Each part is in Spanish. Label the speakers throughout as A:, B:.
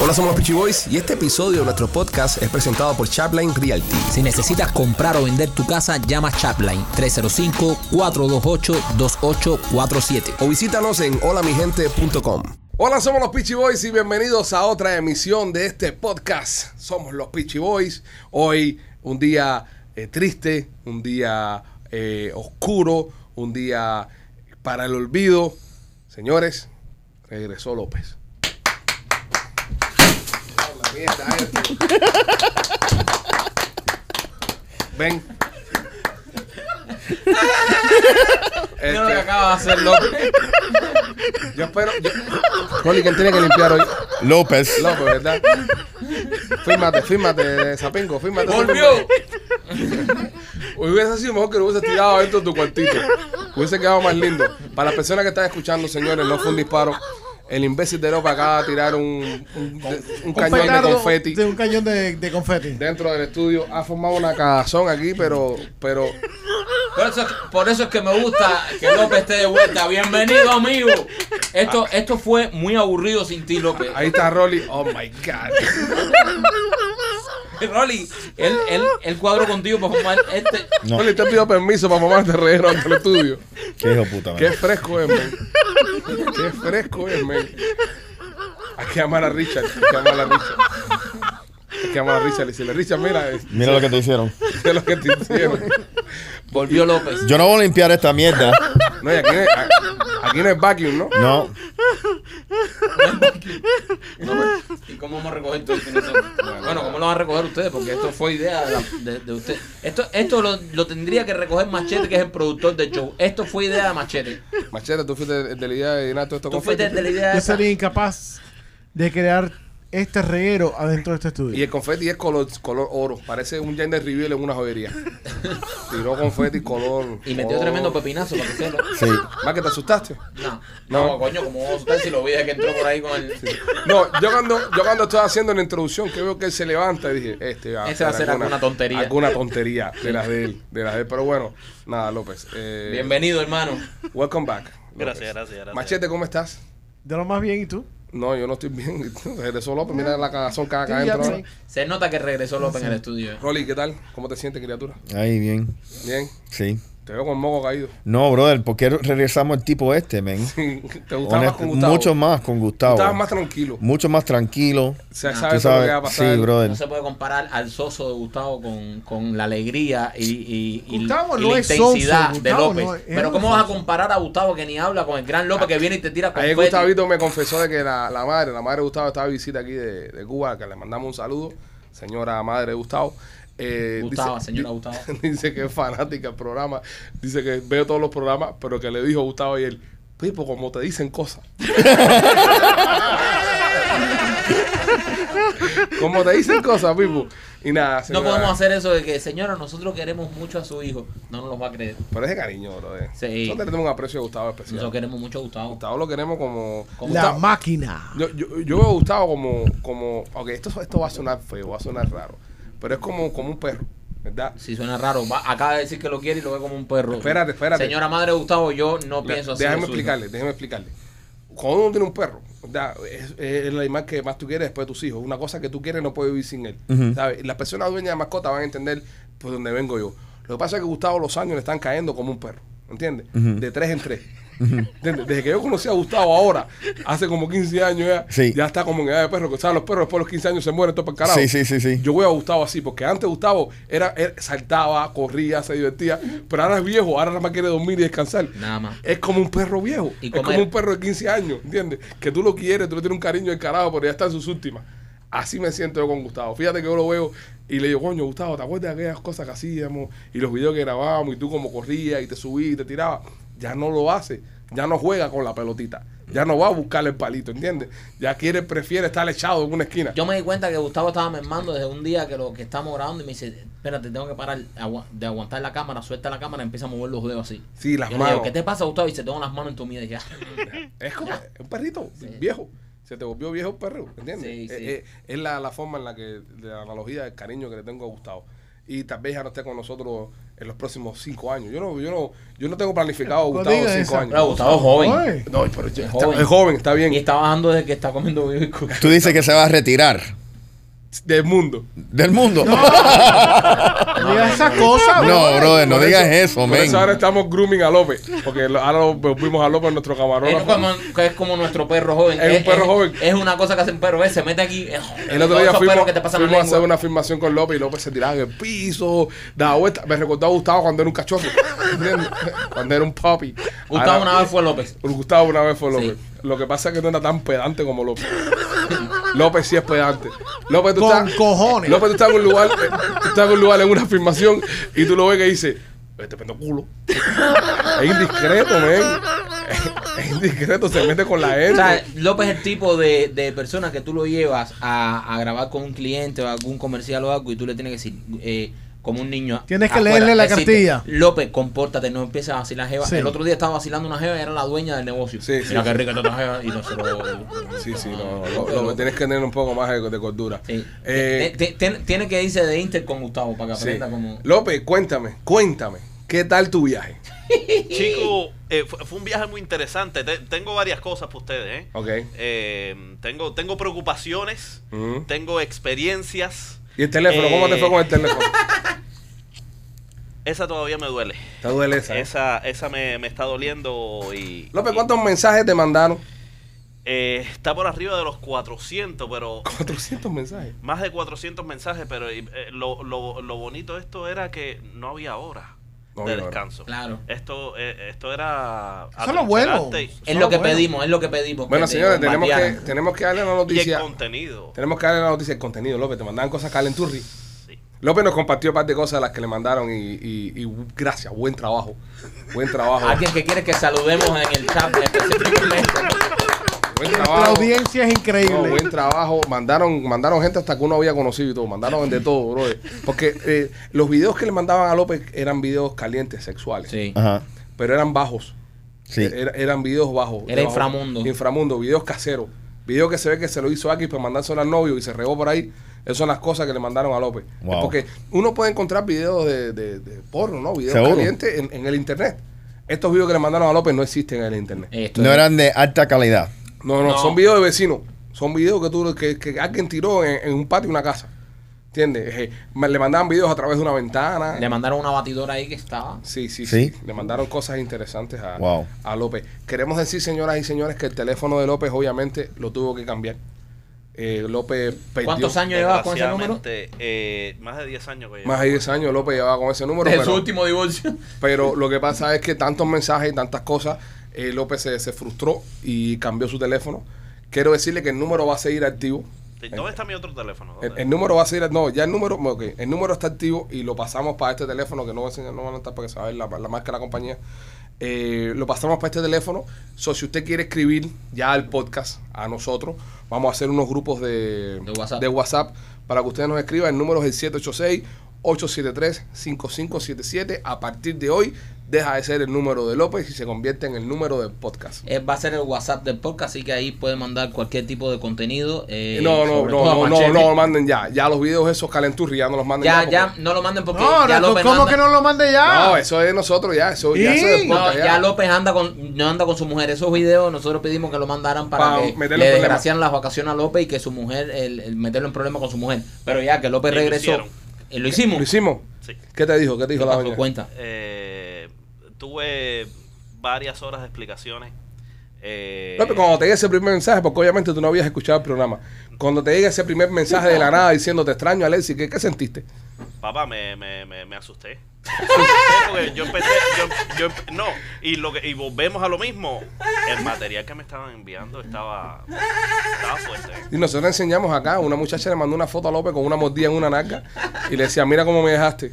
A: Hola, somos los Peachy Boys y este episodio de nuestro podcast es presentado por Chapline Realty.
B: Si necesitas comprar o vender tu casa, llama Chapline 305-428-2847.
A: O visítanos en holamigente.com. Hola, somos los Peachy Boys y bienvenidos a otra emisión de este podcast. Somos los Peachy Boys. Hoy un día eh, triste, un día eh, oscuro, un día para el olvido. Señores, regresó López. Hola, mierda, este. Ven.
C: Mira lo que
A: Este,
C: acaba de hacer López.
A: yo espero. yo- Rolly, ¿quién tiene que limpiar hoy?
D: López.
A: López, ¿verdad? fírmate, fírmate, Zapingo, fírmate.
C: Volvió.
A: Hoy hubiese sido mejor que lo hubieses tirado dentro de tu cuartito. Hubiese quedado más lindo. Para las personas que están escuchando, señores, no fue un disparo. El imbécil de López acaba de tirar un, un- de- un cañón de
E: petardo
A: confeti
E: De un cañón de, de confeti.
A: dentro del estudio. Ha formado una cagazón aquí, pero, pero
C: Por eso, es que- por eso es que me gusta que López esté de vuelta. Bienvenido, amigo. Esto, esto fue muy aburrido sin ti, López.
A: ahí está Rolly. Oh my God.
C: Rolly, él, él, él cuadro contigo para formar este.
D: No,
A: Rolly, te pido permiso para mamarte reguero ante el estudio.
D: qué hijo de puta, man.
A: Qué fresco es, men. Qué fresco es, men. Hay que llamar a Richard. Hay que llamar a Richard. Hay que llamar a Richard y decirle, Richard, mira, es
D: Mira lo que te hicieron.
A: es lo que te hicieron.
C: Volvió López.
D: Yo no voy a limpiar esta mierda.
A: No, y aquí no es, a- aquí no es vacuum, ¿no?
D: No.
C: ¿Y cómo vamos a recoger todo esto nosotros? Bueno, ¿cómo lo van a recoger ustedes? Porque esto fue idea de, la- de- de usted. Esto, esto lo, lo tendría que recoger Machete, que es el productor del show. Esto fue idea de Machete.
A: Machete, tú fuiste de, de la idea de llenar todo esto
C: Tú
A: con
C: fuiste de
A: confeti.
C: la idea de
E: Yo sería incapaz de crear este reguero adentro de este
A: Y
E: estudio.
A: el confeti es color, color oro. Parece un gender reveal en una joyería. Tiró confeti color.
C: Y metió
A: color-
C: tremendo pepinazo para que sepa.
D: Sí.
A: Más que te asustaste.
C: No,
A: No.
C: no, coño, como vos usted si lo vi de que entró por ahí con el.
A: No, yo cuando, yo cuando estaba haciendo la introducción, que veo que él se levanta y dije, este va a
C: Este va a
A: hacer
C: ser alguna tontería.
A: Alguna tontería de las de él, de las de él. Pero bueno, nada, López. eh,
C: Bienvenido, hermano.
A: Welcome back. López.
F: Gracias, gracias, gracias.
A: Machete, ¿cómo estás?
E: De lo más bien, ¿y tú?
A: No, yo no estoy bien. Regresó López, mira la cagazón que acá
E: Sí, ya
A: adentro. ahora.
E: sé.
C: Se nota que regresó López en el estudio. eh.
A: Rolly, ¿qué tal? ¿Cómo te sientes, criatura?
D: Ahí, bien.
A: Bien.
D: Sí.
A: Te veo con moco caído.
D: No, brother, ¿por qué regresamos al tipo este, men?
A: ¿Te gustaba más
D: Honest-
A: con Gustavo?
D: Mucho más con Gustavo.
A: Estabas más tranquilo.
D: Mucho más tranquilo.
A: Se
D: Tú
A: sabe todo lo
D: sabes-
A: que va a pasar.
D: Sí, brother.
C: No se puede comparar al soso de Gustavo con, con la alegría y, y- y-
E: Gustavo
C: y
E: no
C: la
E: es
C: intensidad
E: soso,
C: de
E: Gustavo
C: López.
E: no es- Ah,
C: Pero ¿cómo vas a comparar a Gustavo que ni habla con el gran López que viene y te tira con
A: Ayer Gustavito me confesó de que la, la madre, la madre de Gustavo estaba de visita aquí de, de Cuba, que le mandamos un saludo, señora madre de Gustavo. Eh,
C: Gustavo,
A: dice-
C: señora
A: di-
C: Gustavo.
A: Dice que es fanática del programa, dice que veo todos los programas, pero que le dijo Gustavo y él, Pipo, como te dicen cosas. como te dicen cosas, Pipo. Y nada,
C: No
A: señora-
C: podemos hacer eso de que, señora, nosotros queremos mucho a su hijo. No nos lo va a creer.
A: Pero es de cariño, bro. eh.
C: Sí.
A: Nosotros tenemos un aprecio a Gustavo especial.
C: Nosotros queremos mucho a Gustavo.
A: Gustavo lo queremos como...
C: Como
E: La
A: Gustavo-
E: máquina.
A: Yo, yo, yo veo a Gustavo como, como, ok, esto, esto va a sonar feo, va a sonar raro, pero es como, como un perro, ¿verdad?
C: Si suena raro, va- acaba de decir que lo quiere y lo ve como un perro.
A: Espérate, espérate.
C: Señora madre de Gustavo, yo no pienso así.
A: déjame
C: de su hijo.
A: explicarle, déjame explicarle. Cuando uno tiene un perro, ¿verdad? Es, es el animal que más tú quieres después de tus hijos. Una cosa que tú quieres no puedes vivir sin él. ¿sabes? Las personas dueñas de mascotas van a entender por donde vengo yo. Lo que pasa es que Gustavo los años le están cayendo como un perro. ¿Entiendes? De tres en tres. ¿Entiendes? Desde que yo conocí a Gustavo ahora, hace como 15 años ya,
D: Sí.
A: ya está como en edad de perro. Que, ¿sabes? Los perros después de los 15 años se mueren todo para carajo.
D: Sí, sí, sí, sí.
A: Yo voy a Gustavo así, porque antes Gustavo era, era- saltaba, corría, se divertía, pero ahora es viejo, ahora nada más quiere dormir y descansar.
C: Nada más.
A: Es como un perro viejo.
C: Y
A: es
C: comer.
A: como un perro de 15 años, ¿entiendes? Que tú lo quieres, tú le tienes un cariño de carajo, pero ya está en sus últimas. Así me siento yo con Gustavo. Fíjate que yo lo veo y le digo, coño, Gustavo, ¿te acuerdas de aquellas cosas que hacíamos y los videos que grabábamos y tú como corrías y te subías y te tirabas? Ya no lo hace, ya no juega con la pelotita, ya no va a buscarle el palito, ¿entiendes? Ya quiere, prefiere estar echado en una esquina.
C: Yo me di cuenta que Gustavo estaba mermando desde un día que lo que estamos grabando y me dice, espérate, tengo que parar agua- de aguantar la cámara, suelta la cámara y empieza a mover los dedos así.
A: Sí, las
C: Yo le digo,
A: manos.
C: ¿qué te pasa, Gustavo? Y dice, tengo las manos en tu mía y "Ah". ya.
A: Es como un perrito viejo. Se te volvió viejo el perro, ¿entiendes?
C: Sí, sí.
A: Eh, eh, es la, la forma en la que, de la analogía del cariño que le tengo a Gustavo. Y tal vez ya no esté con nosotros en los próximos cinco años. Yo no, yo no, yo no tengo planificado a
E: No
A: Gustavo
E: digas
A: cinco
E: esa
A: años.
C: Pero Gustavo es joven.
E: Oye.
A: No, pero ya
C: Es
A: está-
C: joven.
A: es joven, está
C: Y
A: bien.
C: está bajando desde que está comiendo bibico.
D: Tú dices que se va a retirar
A: Del mundo.
D: del mundo. No,
E: No digas esas cosas,
D: brother, no
A: Por
D: digas
A: eso-
D: eso,
A: Por
D: men.
A: eso ahora estamos grooming a López. Porque lo- ahora lo volvimos a López nuestro
C: Es
A: camarógrafo.
C: como, que es como nuestro perro joven.
A: Es un perro joven.
C: Es una cosa que hacen perros. ¿ves? Se mete aquí.
A: El otro día
C: Esos perros
A: fuimos,
C: que te pasan la
A: fuimos a hacer
C: lengua.
A: una filmación con López y López se tiraba en el piso, daba vueltas. Me recordó a Gustavo cuando era un cachorro, ¿entiendes? cuando era un puppy.
C: Gustavo
A: Ahora-
C: una vez fue López.
A: Gustavo una vez fue
C: Sí.
A: López. Lo que pasa es que no era tan pedante como López. López sí es pedante. López, tú
E: Con
A: estás,
E: cojones.
A: López, tú estás en un lugar, eh, tú estás en un lugar en una filmación y tú lo ves que dice, este pendo culo. Es indiscreto, men. Es indiscreto, se mete con la gente.
C: O sea, López es el tipo de, de persona que tú lo llevas a, a grabar con un cliente o algún comercial o algo y tú le tienes que decir, eh, como un niño.
E: Tienes que leerle la cartilla.
C: López, compórtate, no empieces a vacilar jeva.
E: Sí.
C: El otro día estaba vacilando una jeva y era la dueña del negocio.
A: Sí, sí,
C: Mira qué
A: sí.
C: rica está esta jeva y nosotros.
A: Sí, sí, no, no, lo, lo que tienes que tener un poco más de, de cordura.
C: Sí.
A: Eh,
C: Te- te- te- tiene que irse de Inter con Gustavo para que
A: sí.
C: aprenda como.
A: López, cuéntame, cuéntame, ¿qué tal tu viaje?
F: Chico, eh, fue, fue un viaje muy interesante. Te- tengo varias cosas para ustedes. ¿eh?
A: Ok.
F: Eh, tengo, tengo preocupaciones,
A: Ujú.
F: tengo experiencias.
A: Mm. ¿Y el teléfono? ¿Cómo te fue
F: Eh.
A: con este? el teléfono?
F: Esa todavía me duele.
A: Te duele esa. ¿eh?
F: Esa, esa me, me está doliendo y...
A: López,
F: y,
A: ¿cuántos mensajes te mandaron?
F: eh, está por arriba de los 400, pero...
A: 400 mensajes.
F: Más de 400 mensajes, pero eh, lo, lo- lo bonito de esto era que no había hora
A: No
F: de
A: había hora.
F: descanso.
C: Claro.
F: Esto, eh, esto era...
E: Eso es lo bueno.
F: atrincherante y-
C: Es
E: Solo
C: lo que
E: Ah, bueno.
C: pedimos, es lo que pedimos.
A: Bueno,
C: que te
A: señores, tenemos que,
C: bombardearan.
A: tenemos que darle la
F: Y el
A: noticia.
F: contenido.
A: Tenemos que darle la noticia el contenido, López. Te mandaban cosas calenturri.
F: Sí.
A: López nos compartió un par de cosas las que le mandaron y, y- y gracias, buen trabajo. Buen trabajo.
C: Alguien que quiere que saludemos en el chat específicamente.
A: Buen
E: La
A: trabajo.
E: audiencia es
A: No,
E: increíble.
A: buen trabajo. Mandaron, mandaron gente hasta que uno había conocido y todo. Mandaron de todo, bro. Porque eh, los videos que le mandaban a López eran videos calientes, sexuales.
C: Sí.
D: Ajá.
A: Pero eran bajos. E-,
D: Sí.
A: Era- eran videos bajos.
C: Era
A: de bajo-
C: inframundo.
A: Inframundo, videos caseros. Videos que se ve que se lo hizo aquí para mandárselo al novio y se regó por ahí. Esas son las cosas que le mandaron a López.
D: Wow.
A: Es Porque uno puede encontrar videos de, de- de porno, ¿no? Videos
D: Seguro.
A: calientes en, en el internet. Estos videos que le mandaron a López no existen en el internet.
C: Esto
D: No
C: es-
D: eran de alta calidad.
A: No, no,
C: No.
A: son videos de vecinos. Son videos que, tú, que, que alguien tiró en, en un patio de una casa. ¿Entiendes? Eh, ma- le mandaban videos a través de una ventana.
C: Le mandaron una batidora ahí que estaba.
A: sí, sí, sí,
D: Sí.
A: Le mandaron cosas interesantes a,
D: Wow.
A: a López. Queremos decir, señoras y señores, que el teléfono de López obviamente lo tuvo que cambiar. Eh, López perdió.
C: ¿Cuántos años llevabas con ese número?
F: Desgraciadamente, eh, más de 10 años que llevo.
A: Más de 10 años López llevaba con ese número.
C: Desde su
A: Pero,
C: último divorcio.
A: pero lo que pasa es que tantos mensajes y tantas cosas, eh, López se, se frustró y cambió su teléfono. Quiero decirle que el número va a seguir activo.
F: Sí, ¿Dónde está mi otro teléfono? ¿Dónde?
A: El, el número va a seguir. No, ya el número. ok, el número está activo y lo pasamos para este teléfono que no, voy a enseñar, no van a estar para que se vea la, la marca de la compañía. Eh, lo pasamos para este teléfono. So, si usted quiere escribir ya al podcast a nosotros, vamos a hacer unos grupos de,
C: De WhatsApp.
A: para que usted nos escriba. El número es el 786-873-5577. A partir de hoy, deja de ser el número de López y se convierte en el número del podcast.
C: Eh, Va a ser el WhatsApp del podcast, así que ahí puede mandar cualquier tipo de contenido. eh,
A: no, no,
C: sobre todo a
A: no, no, no,
C: Machete.
A: no lo manden ya. Ya los videos esos calenturri ya no los manden
C: Ya,
A: porque-
C: ya, no lo manden porque
E: No,
C: ya
E: no,
C: López
E: ¿Cómo
C: anda-
E: que no lo mande ya?
A: No, eso es de nosotros ya, eso, ya
E: Ah. ¿Y?
A: eso es del
C: No,
A: podcast,
C: ya. López anda con, no anda con su mujer. Esos videos nosotros pedimos que lo mandaran para
A: Pa'
C: que
A: meterlo en
C: le
A: problemas.
C: desgraciaran las vacaciones a López y que su mujer, el, el meterlo en problema con su mujer. Pero ya que López
F: Y lo
C: regresó,
F: hicieron.
C: eh, lo hicimos.
A: ¿Lo hicimos?
F: Sí.
A: ¿Qué te dijo? ¿Qué te dijo
C: ¿Qué
A: la
C: pasó?
A: doña?
C: Cuenta.
F: Eh, tuve varias horas de explicaciones. Eh,
A: López, cuando te llegue ese primer mensaje, porque obviamente tú no habías escuchado el programa, cuando te llegue ese primer mensaje de la nada diciendo te extraño, Alexi, ¿qué, qué sentiste?
F: Papá, me, me, me, me asusté. Me asusté porque yo empecé, yo- yo empe- no, y lo que y volvemos a lo mismo. El material que me estaban enviando estaba, estaba fuerte.
A: Y nosotros enseñamos acá, una muchacha le mandó una foto a López con una mordida en una narca y le decía, mira cómo me dejaste.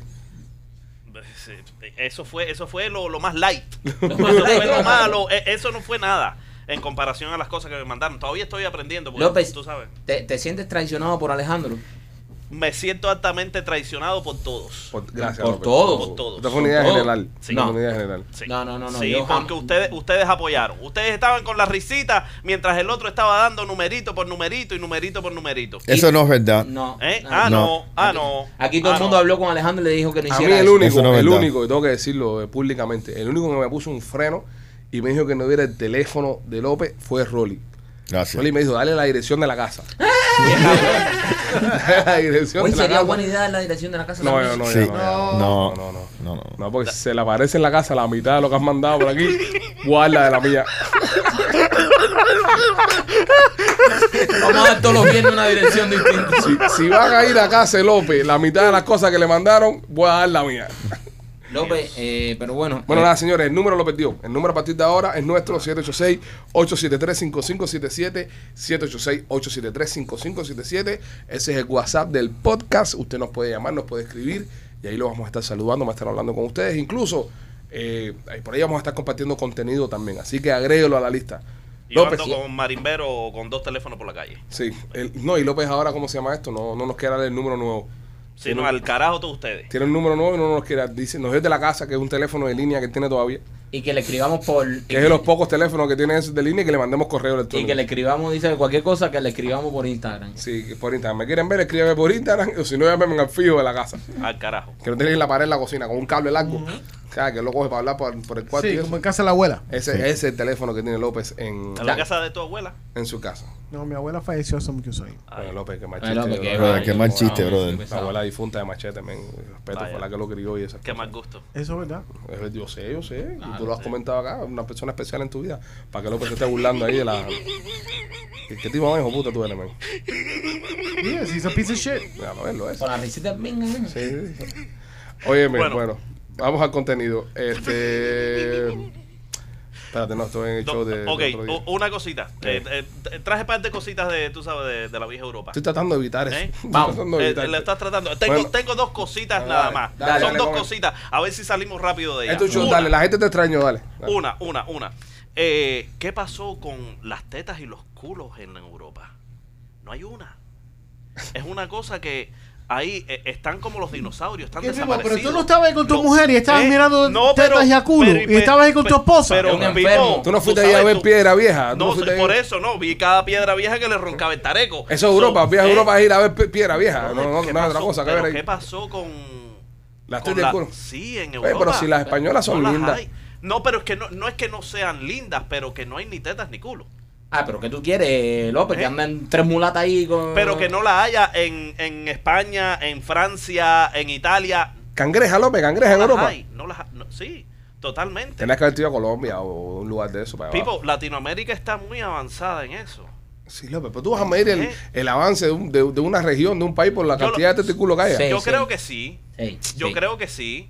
F: Eso fue, eso fue lo, lo más light. Eso fue lo malo. E- Eso no fue nada en comparación a las cosas que me mandaron. Todavía estoy aprendiendo. Porque,
C: López,
F: tú sabes.
C: ¿te, te sientes traicionado por Alejandro?
F: me siento altamente traicionado por todos.
A: Por- gracias.
C: Por
A: López.
C: todo.
F: Por todo.
A: Esta fue una idea
C: Por todo.
A: general.
F: Sí.
A: No.
C: No.
A: Una idea general.
F: Sí.
C: No, no, no, no,
F: Sí,
C: yo jam-
F: porque ustedes, ustedes apoyaron. Ustedes estaban con la risita mientras el otro estaba dando numerito por numerito y numerito por numerito.
D: Eso no es verdad.
C: No.
F: ¿Eh? Ah, no. Ah, no.
C: Aquí todo
F: Ah,
C: el mundo
F: no.
C: habló con Alejandro y le dijo que no
A: A
C: hiciera
A: mí el
C: eso.
A: único,
D: Eso no es
A: el
D: verdad.
A: único, y tengo que decirlo eh, públicamente, el único que me puso un freno y me dijo que no diera el teléfono de López fue Rolly.
D: Gracias.
A: Rolly me dijo, dale la dirección de la casa. Dale la dirección
C: Hoy
A: de la
C: sería
A: casa.
C: buena idea la dirección de la casa.
A: No,
C: ¿sabes?
A: yo no, yo
D: Sí.
A: no, yo
D: No,
A: no, no, no.
D: no, no.
A: No, porque si se le aparece en la casa la mitad de lo que has mandado por aquí, guarda de la mía.
C: Vamos a dar todos los viernes una dirección distinta.
A: Si, si van a ir a casa de López, la mitad de las cosas que le mandaron, voy a dar la mía.
C: López, eh, pero bueno.
A: Bueno,
C: eh,
A: nada, señores, el número lo perdió. El número a partir de ahora es nuestro 786-873-5577. 786-873-5577. Ese es el WhatsApp del podcast. Usted nos puede llamar, nos puede escribir y ahí lo vamos a estar saludando, vamos a estar hablando con ustedes. Incluso eh, ahí por ahí vamos a estar compartiendo contenido también. Así que agréguelo a la lista.
F: Yo
A: López.
F: ando con marimbero con dos teléfonos por la calle.
A: Sí, el- no, y López ahora, ¿cómo se llama esto? No, no nos quiere dar el número nuevo.
F: Sino al carajo todos ustedes.
A: Tiene un número nuevo y no nos quiere dar. Dice, nos es de la casa, que es un teléfono de línea que tiene todavía.
C: Y que le escribamos por.
A: Que es de los pocos teléfonos que tiene esos de línea y que le mandemos correo electrónico.
C: Y que le escribamos, dice cualquier cosa que le escribamos por Instagram.
A: Sí, que por Instagram. ¿Me quieren ver? Escríbeme por Instagram. O si no, llámeme en el fijo de la casa.
F: Al carajo.
A: Que no tenéis la pared en la cocina con un cable largo. O sea, que lo coge para hablar por, por el cuarto. y
E: Sí,
A: eso.
E: como en casa de la abuela.
A: Ese ese es el teléfono que tiene López en,
F: A la casa de tu abuela.
A: en su casa.
E: No, mi abuela falleció hace muchos años.
F: Ah,
C: Pues
A: Bueno, López, que machete.
C: Ay, López, qué
A: brother.
D: brother, qué mal chiste, brother.
A: La abuela difunta de machete, men. Respeto,
F: Vaya.
A: fue la que lo crió y esas
F: Qué
A: cosas.
F: mal gusto.
E: Eso es verdad.
A: Eh, Yo sé, yo sé. y tú lo has comentado acá. Una persona especial en tu vida. Para que López te esté burlando ahí de la. ¿Qué, qué tipo de hijo puta tú eres, men?
E: Yes, he's a piece of shit.
A: Ya lo es, lo es.
C: Con la risita. "Ming, ming".
A: Sí. Óyeme, bueno.
F: Bueno.
A: vamos al contenido. Este. Espérate, no, estoy en el
F: Do-
A: show de. de
F: ok,
A: otro día.
F: o- una cosita. Eh, eh, t- traje par de cositas de, tú sabes, de, de la vieja Europa.
A: Estoy tratando de evitar eso.
F: ¿Eh?
A: Estoy
C: Vamos.
A: tratando de
F: Eh,
A: evitar
F: le
A: eso.
F: estás tratando. Tengo,
A: Bueno.
F: tengo dos cositas
A: Dale,
F: nada
A: dale,
F: más.
A: dale,
F: Son
A: dale,
F: dos
A: come.
F: cositas. A ver si salimos rápido de
A: Es
F: ella.
A: tu show,
F: Una,
A: dale, la gente te extrañó, dale. dale.
F: una, una, una. Eh, ¿Qué pasó con las tetas y los culos en Europa? No hay una. Es una cosa que ahí eh, están como los dinosaurios, están
E: ¿Qué, primo?
F: desaparecidos. Eh,
E: Pero tú no estabas ahí con tu mujer y estabas mirando tetas y a culo, y
F: pe-
E: estabas ahí con tu
F: pe-
E: esposa.
F: pero,
C: Es un
F: primo,
C: enfermo.
A: Tú no fuiste ahí
F: sabes,
A: a ver
F: tú-
A: piedra vieja. tú
F: No,
A: fuiste ahí-
F: por eso no, vi cada piedra vieja que le roncaba el tareco.
A: Eso es Europa,
F: So,
A: vieja
F: ¿eh?
A: Europa es ir a ver pi- piedra vieja.
F: Brother,
A: No, no,
F: ¿qué
A: no hay otra
F: pasó?
A: cosa que
F: ¿Pero
A: ver ahí.
F: ¿Qué pasó con
A: Las
F: con
A: tetas del culo.
F: Sí, en
A: Oye,
F: Europa.
A: pero si las españolas son
F: las
A: lindas.
F: hay. No, pero es que no, no es que no sean lindas, pero que no hay ni tetas ni culo.
C: Ah, pero ¿qué tú quieres, López? Que
F: ¿Eh?
C: andan tres mulatas ahí
A: Ah.
C: con.
F: Pero que no la haya en, en España, en Francia, en Italia.
A: Cangreja, López, cangreja en
F: no las
A: Europa.
F: hay. No las ha- no- sí, totalmente.
A: Tenías que haber ido a Colombia o un lugar de eso para
F: Pipo, Latinoamérica está muy avanzada en eso.
A: Sí, López, pero tú vas a medir el,
F: ¿Eh?
A: el avance de, un- de- de una región, de un país, por la
F: Yo lo-
A: cantidad de testículos que haya.
C: Sí,
F: Yo
C: sí.
F: creo que sí.
C: Sí,
F: Yo
C: sí.
F: creo que sí.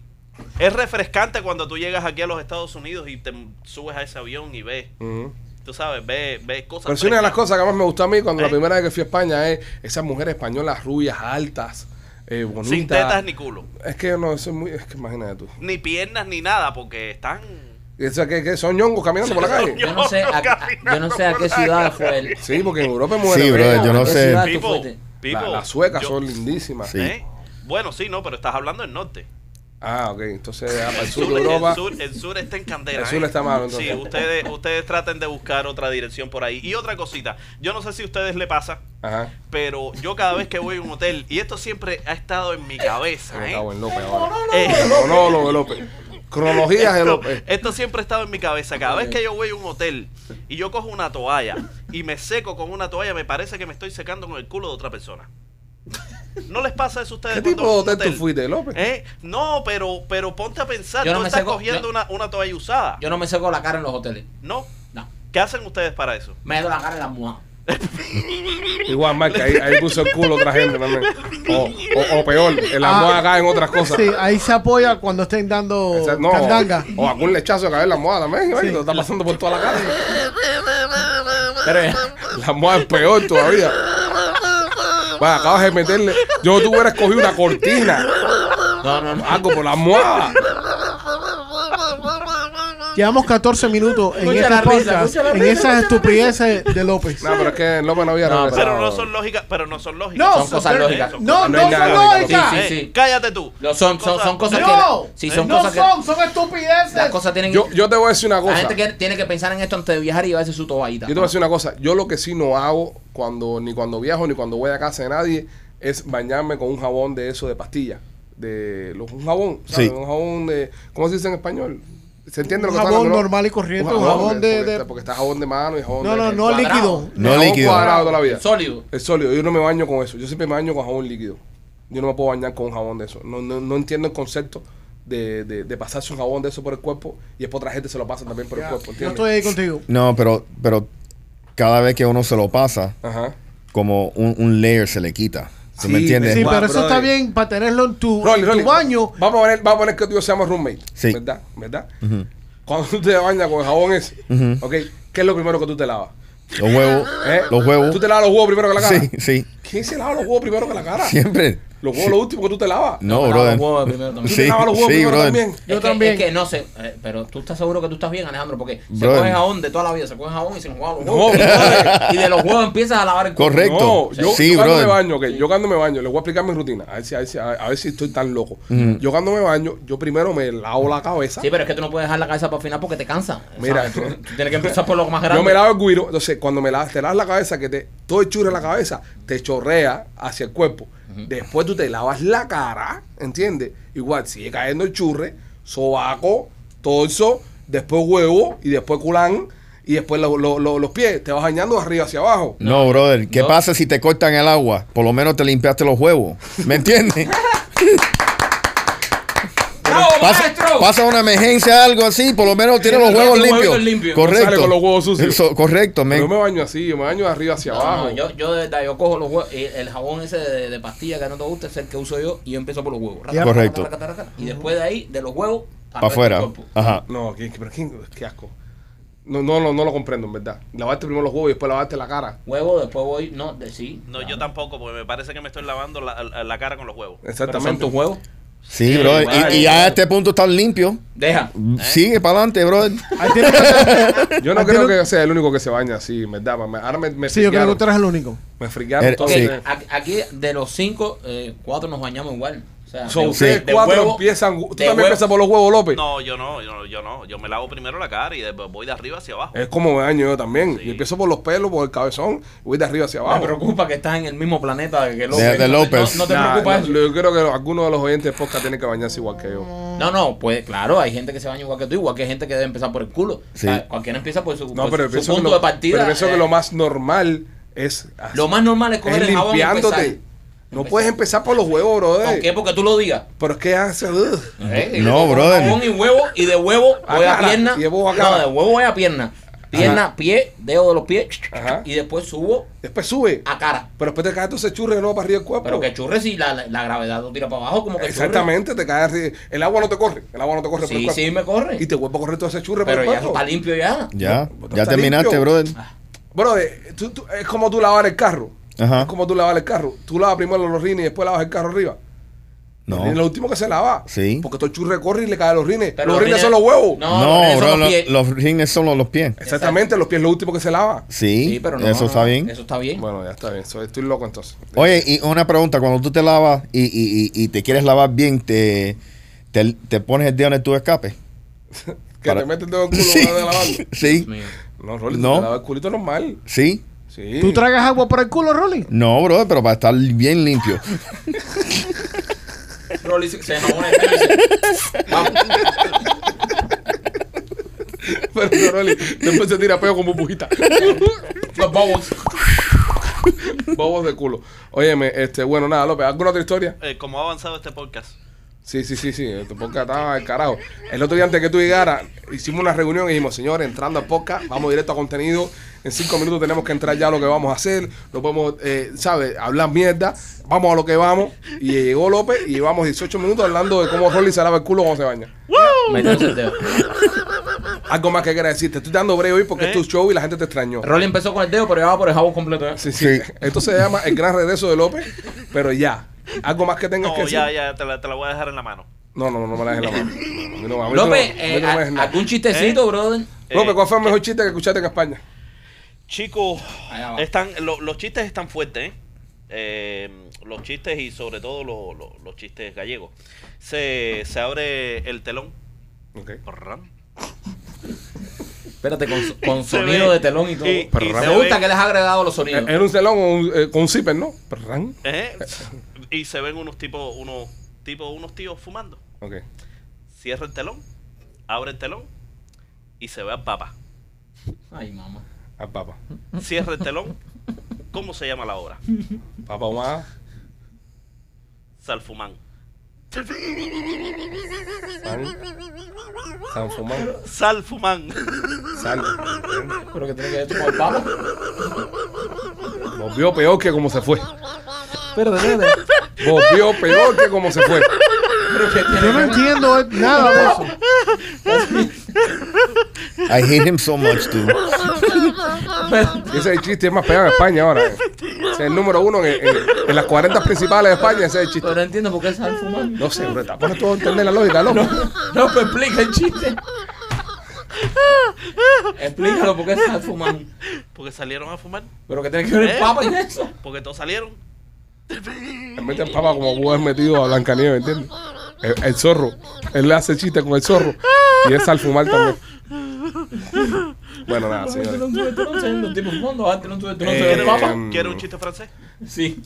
F: Es refrescante cuando tú llegas aquí a los Estados Unidos y te subes a ese avión y ves,
A: Ujú.
F: tú sabes, ves, ves cosas.
A: Pero sí, una de las
F: frescas.
A: cosas que más me gustó a mí cuando
F: ¿Eh?
A: la primera vez que fui a España es esas mujeres españolas rubias, altas, eh, bonitas.
F: Sin tetas ni culo.
A: Es que no, eso es muy. Es que imagínate tú.
F: Ni piernas ni nada, porque están.
A: Eso que, que son ñongos caminando por la
F: Son
A: calle.
C: Yo no sé a, a- yo no sé a qué ciudad fue el.
A: Sí, porque en Europa es mujeres.
D: Sí, brother,
A: bellas.
D: yo no
C: ¿A qué
D: sé.
C: ciudad Ah, tú
F: Pipo,
C: fuiste?
F: Pipo,
A: La- las suecas
F: yo-
A: son lindísimas.
D: Sí.
F: ¿eh? Bueno, sí, no, pero estás hablando del norte.
A: Ah, ok. Entonces, ah, para el
F: El
A: sur
F: sur,
A: de
F: el
A: Europa.
F: sur- el sur está en candela.
A: El sur
F: ¿eh?
A: está malo, entonces.
F: Sí, ustedes, ustedes traten de buscar otra dirección por ahí. Y otra cosita, yo no sé si a ustedes le pasa,
A: Ajá.
F: pero yo cada vez que voy a un hotel, y esto siempre ha estado en mi cabeza,
A: Me
F: ¿eh?
A: cago en López ahora.
F: Eh,
A: Monólogo de López. Cronologías de
F: esto,
A: López.
F: esto siempre ha estado en mi cabeza. Cada vez que yo voy a un hotel y yo cojo una toalla y me seco con una toalla, me parece que me estoy secando con el culo de otra persona. ¿No les pasa eso a ustedes?
A: ¿Qué
F: cuando
A: tipo de
F: van a un
A: hotel tú fuiste, López?
F: ¿Eh? No, pero, pero ponte a pensar,
C: Yo no
F: tú
C: me
F: estás
C: seco-
F: cogiendo
C: yo-
F: una, una toalla usada.
C: Yo no me seco la cara en los hoteles.
F: ¿No?
C: No.
F: ¿Qué hacen ustedes para eso?
C: Me doy la cara en las mujas.
A: Igual más que ahí, ahí puso el culo otra gente también. O, o, o peor, el amor
E: Ah.
A: acá en otras cosas.
E: Sí, ahí se apoya cuando estén dando
A: Esa- no, Oh.
E: candanga.
A: o algún lechazo que cae en la almohada también, ¿eh? lo está pasando por toda la cara.
C: Pero
A: La almohada es peor todavía. Va, acabas de meterle. Yo tú hubieras cogido una cortina,
C: no, no, no.
A: algo por la almohada.
E: Llevamos 14 minutos en
C: Escucha
E: este
C: la risa,
E: podcast,
C: escucha la
E: en
C: risa,
E: esas estupideces de López.
A: No, pero es que López no había
C: No,
A: regresado.
F: Pero no son lógicas, pero no son lógicas.
E: No,
C: Son cosas lógicas.
E: No,
A: no
E: no
A: hay
E: son
A: nada de
E: lógicas.
C: Sí,
F: Eh,
C: sí.
F: Cállate tú.
C: Lo son, son, son cosas que.
E: No,
C: sí, son
E: no
C: cosas
E: son,
C: que.
E: son estupideces.
C: Las cosas tienen
A: Yo, yo te voy a decir una
C: La
A: cosa.
C: gente que tiene que pensar en esto antes de viajar y llevarse su toallita.
A: Yo te voy a decir una cosa, yo lo que sí no hago cuando ni cuando viajo ni cuando voy a casa de nadie es bañarme con un jabón de eso de pastilla, de los- un jabón, ¿sabes?
D: Sí.
A: Un jabón de ¿cómo se dice en español? ¿Se entiende
E: Un
A: lo que
E: jabón
A: hablando, no?
E: normal y corriente, un jabón
A: porque-
E: de-
A: porque,
E: de-
A: está, porque está jabón de mano y jabón
E: no,
A: de
E: no, no
C: cuadrado.
E: líquido.
A: de
D: No
A: jabón
D: líquido.
A: cuadrado toda la vida.
C: Sólido.
A: Es sólido, yo no me baño con eso, yo siempre me baño con jabón líquido. Yo no me puedo bañar con un jabón de eso. No, no, no entiendo el concepto de, de, de pasarse un jabón de eso por el cuerpo y después otra gente se lo pasa también por el cuerpo,
E: Yo
A: ¿entiendes?
E: estoy ahí contigo.
D: No, pero, pero cada vez que uno se lo pasa,
A: Ajá.
D: como un, un layer se le quita. ¿Tú me
A: Sí,
D: entiendes?
E: Sí,
A: Wow,
E: pero eso
A: brother.
E: está bien para tenerlo en tu,
A: Rolly,
E: en tu
A: Rolly,
E: baño.
A: Vamos a poner, vamos a poner que tú y yo seamos roommates.
D: Sí.
A: ¿Verdad? ¿Verdad? Cuando tú te bañas con el jabón ese, ¿ok? ¿Qué es lo primero que tú te lavas?
D: Los huevos.
A: ¿Eh?
D: Los huevos.
A: ¿Tú te lavas los huevos primero que la cara?
D: Sí, sí.
A: ¿Quién se lava los huevos primero que la cara?
D: Siempre.
A: Los huevos lo último que tú te lavas.
D: No,
C: Me lavo
D: brother.
C: los huevos primero
A: ¿Tú
C: también.
A: te
D: Sí,
A: lavas los huevos
D: sí,
A: primero
D: brother.
A: también?
E: Yo
C: es que,
E: también.
C: Es que no sé, eh, pero tú estás seguro que tú estás bien, Alejandro, porque
D: Brother.
C: se coge jabón de toda la vida, se coge jabón y se lo juega a los
A: No,
C: huevos.
A: brother.
C: y de los huevos empiezas a lavar el culo.
D: Correcto.
A: No, yo,
D: Sí,
A: yo cuando
D: brother.
A: me baño, ok, yo cuando me baño, les voy a explicar mi rutina, a ver si, a ver si, a- a ver si estoy tan loco. Yo cuando me baño, yo primero me lavo la cabeza.
C: Sí, pero es que tú no puedes dejar la cabeza para el final porque te cansa.
A: Mira.
C: Mira, tú, tú tienes que empezar por lo más grande.
A: Yo me lavo el guiro, entonces cuando me lavas, te lavas la cabeza, que te, todo el churro en la cabeza te chorrea hacia el cuerpo. Después tú te lavas la cara, ¿entiendes? Igual sigue cayendo el churre, sobaco, torso, después huevo y después culán y después lo- lo- lo- los pies. Te vas bañando de arriba hacia abajo.
D: No, brother. ¿Qué
C: No.
D: pasa si te cortan el agua? Por lo menos te limpiaste los huevos. ¿Me entiendes?
C: ¡Bravo,
D: Pasa,
C: maestro!
D: pasa una emergencia, algo así, por lo menos tiene los
C: Tiene
D: huevos
C: los
D: limpios.
C: huevitos limpios.
A: No
D: Correcto.
A: sale con los huevos sucios.
D: Eso- correcto, men.
A: Yo me baño así, yo me baño de arriba hacia
C: No,
A: abajo.
C: no, yo, yo de verdad, yo cojo los huevos, el, el jabón ese de, de pastilla que no te gusta es el que uso yo y yo empiezo por los huevos. Raca, raca,
D: Correcto.
C: raca, raca, raca, y después de ahí, de los huevos, al
D: Para
C: resto
D: afuera.
C: del cuerpo.
D: Ajá.
A: No, ¿qué, qué- pero qué, qué asco. No, no, no, no lo comprendo, en verdad. Lavarte primero los huevos y después lavarte la cara.
C: Huevo, después voy, no, de sí.
F: No,
C: claro.
F: yo tampoco, porque me parece que me estoy lavando la, la- la cara con los huevos.
C: Pero son
A: Exactamente.
C: tus huevos.
D: Sí,
C: Sí,
D: brother.
C: Eh, vale. Eh.
D: Y, y ya a este punto están limpios.
C: Deja.
D: Sigue para adelante, brother.
E: Ahí tienes que estar-
A: Yo no
E: Ah,
A: creo
E: tiene-
A: que sea el único que se baña así, en ¿verdad? Me- Ahora me, me
E: Sí, yo creo que
A: friquearon.
E: tú eres el único.
A: Me friquearon
D: Eh,
A: todos
C: Ok,
D: Sí.
A: ustedes.
C: a- aquí de los cinco, eh, cuatro nos bañamos igual. O sea,
A: So,
C: de-
A: ustedes
C: de
A: cuatro
C: huevo-
A: empiezan. Tú
C: de
A: también
C: huevo-
A: empiezas por los huevos, López.
F: No, yo no, yo no, yo no. Yo me lavo primero la cara y después voy de arriba hacia abajo.
A: Es como me baño yo también.
F: Sí.
A: Yo empiezo por los pelos, por el cabezón, voy de arriba hacia
C: Me
A: abajo.
C: preocupa que estás en el mismo planeta que López.
D: de
C: No te-
D: López.
C: No, no te
A: Nah,
C: preocupa
A: no,
C: eso.
A: Yo creo que algunos de los oyentes de podcast tienen que bañarse igual que yo.
C: No, no, pues claro, hay gente que se baña igual que tú, igual que hay gente que debe empezar por el culo.
D: Sí.
C: O sea, cualquiera empieza por su,
A: No,
C: por
A: pero
C: Pues su
A: pienso, que
C: punto
A: lo,
C: de partida.
A: pero pienso que
C: eh,
A: lo más normal es. así.
C: lo más normal es coger
A: es
C: el jabón y
A: limpiándote.
C: empezar.
A: No
C: Empezar.
A: puedes empezar por los huevos, brother.
C: ¿Con qué? Porque tú lo digas.
A: Pero es que hace. uh, ugh.
C: ¿eh?
D: No, brother.
C: Jabón y huevo, y de huevo
A: A
C: voy a
A: cara,
C: pierna.
A: y de huevo a cara.
C: no, de huevo voy a pierna. Pierna, pie, dedo de los pies.
A: Ajá.
C: Y después subo
A: Después sube.
C: a cara.
A: Pero después te cae todo ese churre de nuevo para arriba del cuerpo.
C: Pero que churre si la, la- la gravedad lo tira para abajo, como que churre.
A: Exactamente, te cae arriba. El agua no te corre. El agua no te corre por el
C: Sí,
A: cuerpo.
C: sí, me corre.
A: Y te vuelve a correr todo ese churre
C: Pero
A: por
C: ya
A: el
C: está
A: cuerpo.
C: limpio ya.
D: Ya.
A: No,
D: Ya
A: está
D: terminaste,
A: limpio.
D: brother.
A: Bro, eh, tú- tú- es como tú lavar el carro.
D: Ajá.
A: Es como tú lavar el carro. Tú lavas primero los rines y después lavas el carro arriba.
D: No.
A: Los rines es lo último que se lava.
D: Sí.
A: Porque todo el churre corre y le cae a los rines.
C: Pero
A: los rines, son los huevos.
C: No, los
D: No,
C: rines son
D: bro.
C: los
D: lo-
C: pies.
D: Los rines son los- los pies.
A: Exactamente, los pies es lo último que se lava.
D: Sí.
C: Sí, pero no.
D: Eso
C: no,
D: está
C: no,
D: bien.
C: Eso está bien.
A: Bueno, ya está bien. Soy- estoy loco entonces.
D: Oye, y una pregunta, cuando tú te lavas y, y- y- y te quieres lavar bien, te, te, te pones el dedo en tu escape.
A: Que
D: para-
A: te metes el dedo en el culo
D: Sí.
A: para de lavar.
D: Sí,
C: Dios mío.
A: No, Rolly,
D: No.
A: no. te lavas el culito normal.
D: sí.
A: Sí.
E: ¿Tú tragas agua por el culo, Rolly?
D: No, bro, pero para estar bien limpio.
C: Rolly se se enojó en el dedo y dice,
A: Pero no, Rolly, después se tira peo como bujita.
C: "Los bobos".
A: Bobos de culo. Óyeme, este, bueno, nada, López, ¿alguna otra historia?
F: Eh, ¿Cómo ha avanzado este podcast?
A: Sí, sí, sí, sí. Tu podcast estaba al carajo. El otro día antes que tú llegaras, hicimos una reunión y dijimos, señores, entrando al podcast, vamos directo a contenido. En cinco minutos tenemos que entrar ya a lo que vamos a hacer. No podemos, eh, ¿sabes? Hablar mierda. Vamos a lo que vamos. Y llegó López y llevamos 18 minutos hablando de cómo Rolly se lava el culo cuando se baña.
C: Metiéndose el dedo.
A: Algo más que quieras decir. Te estoy dando breve hoy porque es tu show y la gente te extrañó.
C: Rolly empezó con el dedo, pero ya va por el jabón completo. ¿eh?
A: Sí, sí.
D: Sí.
A: Esto se llama el gran regreso de López, pero ya. Algo más que tengas
F: No,
A: que
F: ya,
A: decir.
F: ya, te la, te la voy a dejar en la mano.
A: No, no, no me la dejes en la mano. No, no, no, a mí no-
C: López,
A: a mí
C: eh,
A: no me dejes
C: a-
A: nada.
C: ¿algún chistecito, brother?
F: Eh,
A: López, ¿cuál fue el mejor chiste que escuchaste en España?
F: Chicos,
C: Allá va.
F: están, lo- los chistes están fuertes, ¿eh? Eh, los chistes y sobre todo los, los- los chistes gallegos. Se, se abre el telón.
A: Ok.
F: Prrrán.
C: Espérate, con, con
F: Se
C: sonido
F: ve.
C: de telón y todo.
F: Y-
A: Pero
F: y
A: me
C: Me
F: se
C: gusta
F: ven-
C: que les ha agregado los sonidos.
A: Era un telón o un- eh, con un zipper, ¿no? Perrán.
F: ¿eh? Y se ven unos tipos, unos tipos, unos tíos fumando.
A: Ok.
F: Cierra el telón, abre el telón y se ve al papá.
C: Ay, mamá.
A: Al papa.
F: Cierra el telón. ¿Cómo se llama la obra?
A: Papa Humada.
F: Salfumán.
A: San. San Fumán.
F: Salfumán.
A: San.
C: Pero que tiene que ver esto con el papa.
A: Volvió peor que como se fue.
C: Espérate, espérate.
A: Volvió peor que como se fue.
C: Pero que tiene
E: Yo no entiendo eh, nada de eso.
D: I hate him so much, dude.
A: Ese chiste es más pegado en España ahora. eh. Ese es el número uno en, en- en las 40 principales de España. Ese es el
C: Pero
A: chiste.
C: no entiendo por qué están fumando.
A: No sé, bro. Está bueno todo entender la lógica, loco.
C: No, pues explica el chiste. Explícalo por qué están fumando.
F: Porque salieron a fumar.
C: Pero que tiene que ver el
F: ¿Eh?
C: papa en eso.
F: Porque todos salieron.
A: Le meten papa como pudo haber metido a Blancanieves, ¿entiendes? El, el zorro. Él le hace chiste con el zorro. Y es al fumar también. Bueno, nada,
C: Pero
A: señores.
C: un tubo de tronco, se vende un tipo fumando, ah, tiene un tubo de tronco, se
A: Eh,
C: ve el papa.
A: Mm.
F: ¿Quieres un chiste francés?
C: Sí.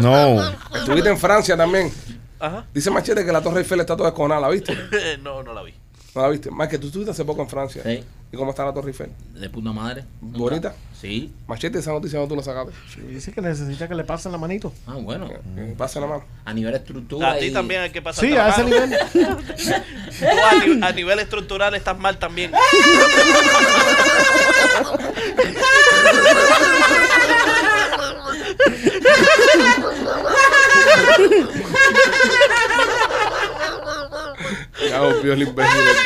D: No.
A: Estuviste en Francia también.
F: Ajá.
A: Dice Machete que la Torre Eiffel está toda desconada, ¿la viste?
F: no, no la vi.
A: ¿No la viste? Más que tú estuviste hace poco en Francia.
C: Sí.
A: ¿Y cómo está la Torre Eiffel?
C: eh, De puta madre.
A: ¿Bonita?
C: Sí.
A: Machete, esa noticia no tú la sacaste.
E: Dice que necesita que le pasen la manito.
C: Ah, bueno.
A: Eh, Pasa la mano.
C: A nivel estructura.
F: A ti
C: y-
F: también hay que pasar.
E: Sí, a ese nivel.
F: Tú a, ni- a nivel estructural estás mal también.
A: Ya volvió el imbécil. este.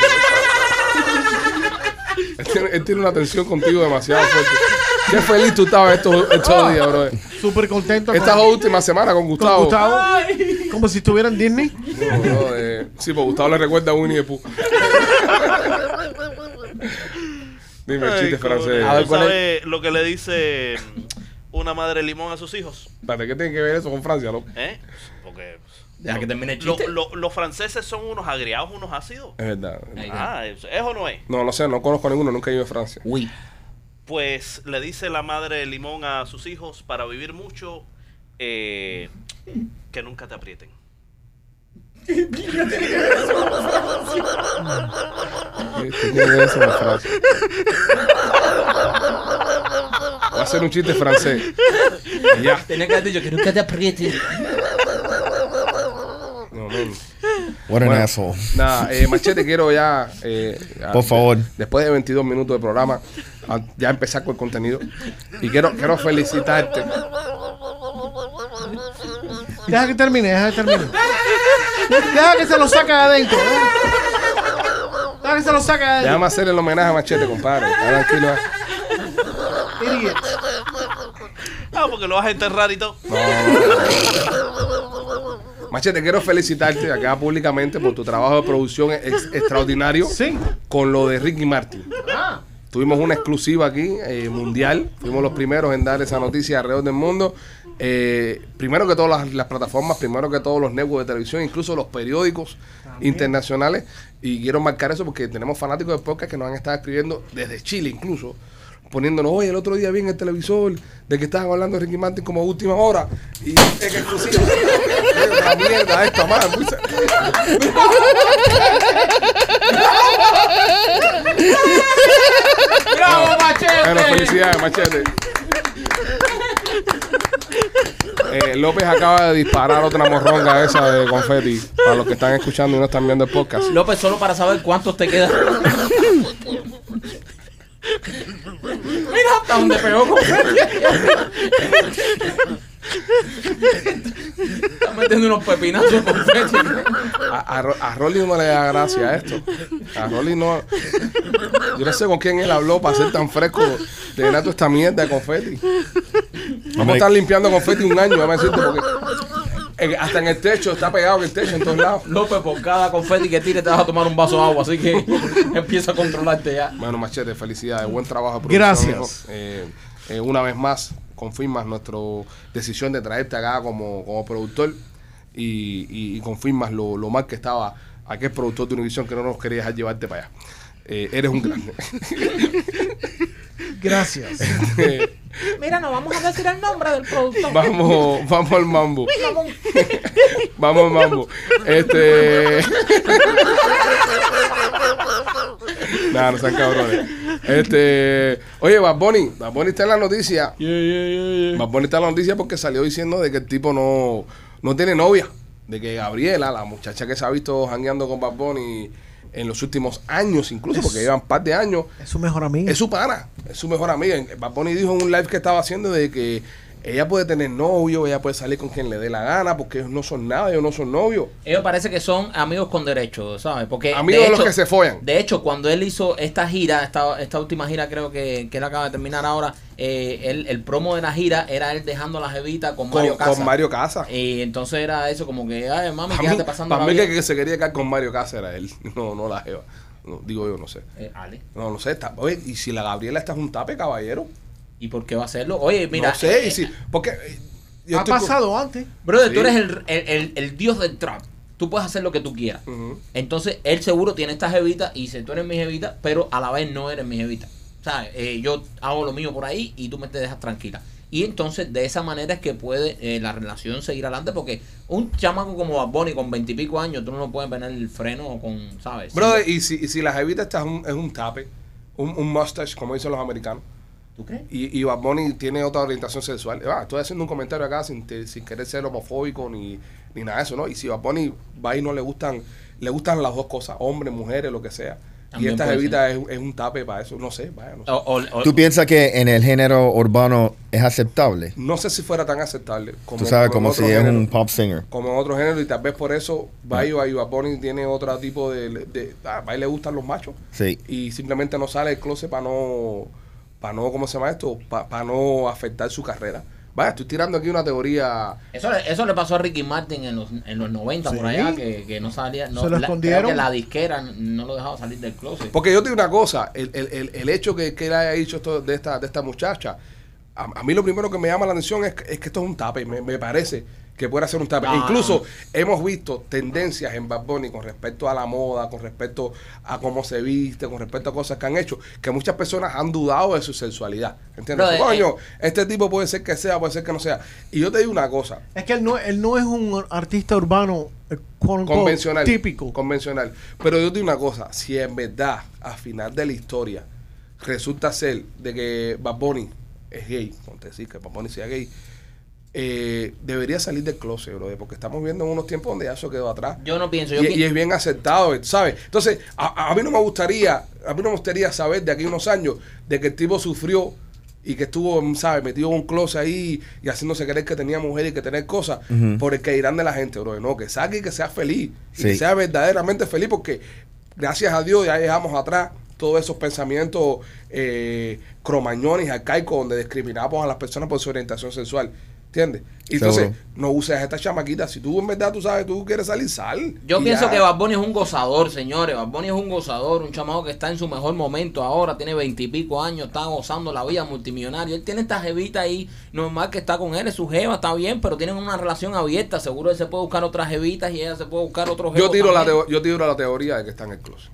A: Él tiene, él tiene una tensión contigo demasiado fuerte. Qué feliz tú estabas estos, estos días, bro.
E: Súper contento. con-
A: Estas últimas semanas con
E: con
A: Gustavo.
E: Gustavo. Como si estuviera en Disney.
A: No, no, eh, sí, pues Gustavo le recuerda a Winnie the Pooh. Dime, el chiste
F: Ay, cómo
A: francés.
F: no.
A: A ver,
F: ¿Tú
A: ¿cuál es?
F: sabes lo que le dice mm, una madre limón a sus hijos?
A: Espérate, ¿qué tiene que ver eso con Francia, loco?
F: ¿Eh? Porque
C: Deja que termine el
F: lo-
C: chiste.
F: lo- los franceses son unos agriados, unos ácidos.
A: Es verdad. es verdad.
C: Ahí está.
F: Ah, ¿es o no es?
A: No, no sé, no conozco a ninguno, nunca he ido a Francia.
C: Uy.
F: Pues le dice la madre limón a sus hijos para vivir mucho, eh, que nunca te aprieten.
A: ¿Qué qué tiene que ver eso con Francia? Voy a hacer un chiste francés. Ya.
C: Tenía que haber dicho que nunca te apriete.
A: No, no.
D: What an
A: Bueno.
D: asshole.
A: Nada, eh, Machete, quiero ya. eh, a-
D: Por favor.
A: Después de 22 minutos de programa, a- ya empezar con el contenido. Y quiero, quiero felicitarte.
E: Deja que termine, deja que termine. Deja que se lo saque de adentro. ¿eh? Deja que se lo saque de adentro.
A: Déjame hacer el homenaje a Machete, compadre. Está tranquilo. eh.
E: Idiot.
F: Ah, porque lo vas a enterrar y todo.
A: Machete, quiero felicitarte acá públicamente por tu trabajo de producción ex- extraordinario
E: Sí.
A: con lo de Ricky Martin. Tuvimos una exclusiva aquí, eh, mundial. Fuimos los primeros en dar esa noticia alrededor del mundo. Eh, primero que todas las, las plataformas, primero que todos los networks de televisión, incluso los periódicos internacionales. Y quiero marcar eso porque tenemos fanáticos de podcast que nos han estado escribiendo desde Chile incluso. Poniéndonos, oye, el otro día vi en el televisor de que estaban hablando de Ricky Martin como última hora. Y es que exclusiva. La mierda esta, madre. pucha.
C: ¡Bravo,
A: Bueno,
C: machete!
A: felicidades, Ah, machete. Eh, López acaba de disparar otra morronga esa de confeti. Para los que están escuchando y no están viendo el podcast.
C: López, solo para saber cuántos te quedan. Mira hasta donde pegó con Está metiendo unos pepinazos con
A: A, a, Ro- a Rolly no le da gracia esto. A Rolly no. Yo no sé con quién él habló para ser tan fresco de ganar esta mierda de confeti. Vamos a estar limpiando confeti un año, a decirte, porque en- hasta en el techo, está pegado en el techo en todos lados.
C: López, por cada confeti que tire te vas a tomar un vaso de agua, así que empieza a controlarte ya.
A: Mano Machete, felicidades, buen trabajo. de
E: Gracias.
A: producción, hijo. Eh, eh, una vez más, confirmas nuestra decisión de traerte acá como, como productor y, y- y confirmas lo, lo mal que estaba aquel productor de Univision que no nos quería dejar llevarte para allá. Eh, eres un grande.
E: Gracias.
G: Mira, no vamos a decir el nombre del productor.
A: vamos, vamos al mambo. Vamos al mambo. Este. Nada, no sean cabrones. Este. Oye, Bad Bunny, Bad Bunny está en la noticia. Bad Bunny está en la noticia porque salió diciendo de que el tipo no, no tiene novia. De que Gabriela, la muchacha que se ha visto jangueando con Bad Bunny en los últimos años, incluso porque llevan un par de años,
E: Es su mejor amigo.
A: es su pana, es su mejor amiga. Bad Bunny dijo en un live que estaba haciendo de que ella puede tener novio, ella puede salir con quien le dé la gana, porque ellos no son nada, ellos no son novios.
C: Ellos parece que son amigos con derecho, ¿sabes? Porque
A: Amigos de los que se follan.
C: De hecho, cuando él hizo esta gira, esta, esta última gira creo que, que él acaba de terminar ahora, eh, él- el promo de la gira era él dejando la jevita con
A: Con
C: Mario Casas. Eh,
A: con Mario Casas.
C: Y entonces era eso como que, ay, mami,
A: Para
C: ¿qué
A: mí,
C: te pasando
A: pa'
C: la
A: mí
C: vida?
A: que, que se quería quedar con Mario Casas era él, no, no la Jeva. No, digo yo, no sé.
C: Eh, Ale,
A: No, no sé. Está, oye, y si la Gabriela está un tape, caballero.
C: ¿y por qué va a hacerlo? Oye, mira,
A: no sé,
C: eh,
A: y si. Porque. eh, yo
E: ha
A: estoy con-
E: pasado antes.
C: brother,
A: Sí.
C: tú eres el, el- el- el dios del trap. Tú puedes hacer lo que tú quieras.
A: Ujú.
C: Entonces, él seguro tiene esta jevita y dice, tú eres mi jevita, pero a la vez no eres mi jevita. ¿Sabes? Eh, yo hago lo mío por ahí y tú me te dejas tranquila. Y entonces, de esa manera es que puede eh, la relación seguir adelante porque un chamaco como Bad Bunny con veintipico años, tú no lo puedes poner el freno con, ¿sabes?
A: Brother, y si, y si la Jevita está un- es un tape, un, un mustache, como dicen los americanos.
C: ¿Tú crees?
A: Y, y Bad Bunny tiene otra orientación sexual. Ah, estoy haciendo un comentario acá sin, te- sin querer ser homofóbico ni, ni nada de eso, ¿no? Y si Bad Bunny va y no le gustan, le gustan las dos cosas, hombres, mujeres, lo que sea.
C: También
A: y esta
C: puede
A: jevita es, es un tape para eso. No sé, vaya, no sé.
C: O- o- o-
D: ¿Tú piensas que en el género urbano es aceptable?
A: No sé si fuera tan aceptable como,
D: Tú sabes, como
A: en
D: si
A: otro
D: es
A: género.
D: un pop singer.
A: como en otro género y tal vez por eso Bayo y Bad Bunny tiene otro tipo de, de ah, a él le gustan los machos
D: Sí.
A: y simplemente no sale del closet para no para no cómo se llama esto para no afectar su carrera vaya estoy tirando aquí una teoría
C: Eso, le- eso le pasó a Ricky Martin en los, en los 90 por allá, que, que no salía. No,
E: Se lo
C: la-
E: escondieron.
C: creo que la disquera no lo dejaba salir del closet.
A: porque yo te digo una cosa el, el- el- el hecho que, que él haya dicho esto de esta de esta muchacha a, a mí lo primero que me llama la atención es, que- es que esto es un tape me, me parece que puede ser un tape
C: Ah.
A: incluso hemos visto tendencias en Bad Bunny con respecto a la moda, con respecto a cómo se viste, con respecto a cosas que han hecho, que muchas personas han dudado de su sexualidad. ¿Entiendes?
C: Brother,
A: Coño, este tipo puede ser que sea, puede ser que no sea. Y yo te digo una cosa,
E: Es que él no, él no es un artista urbano eh, quote, unquote,
A: convencional.
E: típico.
A: Convencional. Pero yo te digo una cosa, si en verdad, al final de la historia, resulta ser de que Bad Bunny es gay, con decir que Bad Bunny sea gay, eh, debería salir del closet, brother, porque estamos viendo unos tiempos donde ya eso quedó atrás.
C: Yo no pienso. Yo
A: Y,
C: pi-
A: y es bien aceptado, ¿sabes? Entonces, a, a mí no me gustaría, a mí no me gustaría saber de aquí a unos años de que el tipo sufrió y que estuvo, ¿sabes? Metido en un closet ahí y haciéndose creer que tenía mujer y que tener cosas
D: Ujú.
A: por el que dirán de la gente, bro. No, que saque y que sea feliz. Y que
D: Sí.
A: sea verdaderamente feliz porque, gracias a Dios, ya dejamos atrás todos esos pensamientos eh, cromañones, arcaicos, donde discriminamos a las personas por su orientación sexual. ¿Entiendes? Y entonces,
D: Seguro.
A: no uses a esta chamaquita. Si tú en verdad tú sabes, tú quieres salir, sal.
C: Yo
A: Y
C: pienso
A: ya.
C: que Bad Bunny es un gozador, señores. Bad Bunny es un gozador, un chamaco que está en su mejor momento ahora, tiene veintipico años, está gozando la vida multimillonario. Él tiene esta jevita ahí, normal que está con él, es su jeva, está bien, pero tienen una relación abierta. Seguro él se puede buscar otras jevitas y ella se puede buscar otros
A: Yo
C: jevos
A: tiro, la
C: también.
A: teo- yo tiro la teoría de que está en el closet.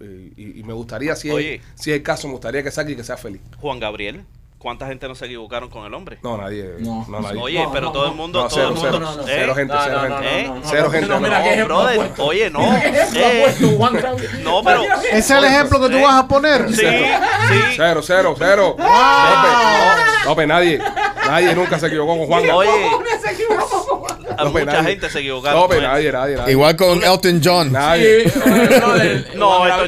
A: Eh, Y, y me gustaría, si es,
F: Oye.
A: si es el caso, me gustaría que saque y que sea feliz.
F: Juan Gabriel, ¿cuánta gente no se equivocaron con el hombre?
A: No, nadie. No,
C: No.
A: nadie.
F: Oye,
C: No,
F: pero
C: no,
F: todo
C: no.
F: el mundo,
A: No,
F: todo el
A: cero,
F: mundo.
A: cero.
F: ¿eh?
A: Cero gente,
C: No,
A: cero
C: no,
A: gente.
C: no,
F: ¿Eh?
C: no, no,
A: Cero
C: no,
A: gente,
C: no,
A: no.
C: mira qué ejemplo
F: brother,
C: ha puesto.
F: oye, no.
C: Mira qué ejemplo ha
F: eh,
C: puesto, Juan Gabriel.
F: No, pero-
C: Mira, mira.
E: Ese es el ejemplo que tú
F: Sí.
E: vas a poner.
F: Sí, sí.
A: Cero, cero, cero. López, no, López, nadie. Nadie nunca se equivocó con Juan.
F: Oye,
G: Se equivocó.
F: a
A: López,
F: mucha
A: nadie.
F: gente se equivocaron.
A: López,
F: con él.
A: nadie, nadie, nadie.
D: Igual con Elton John.
A: Nadie.
F: No,
C: Eh, Juan
F: Elton
C: Gabriel-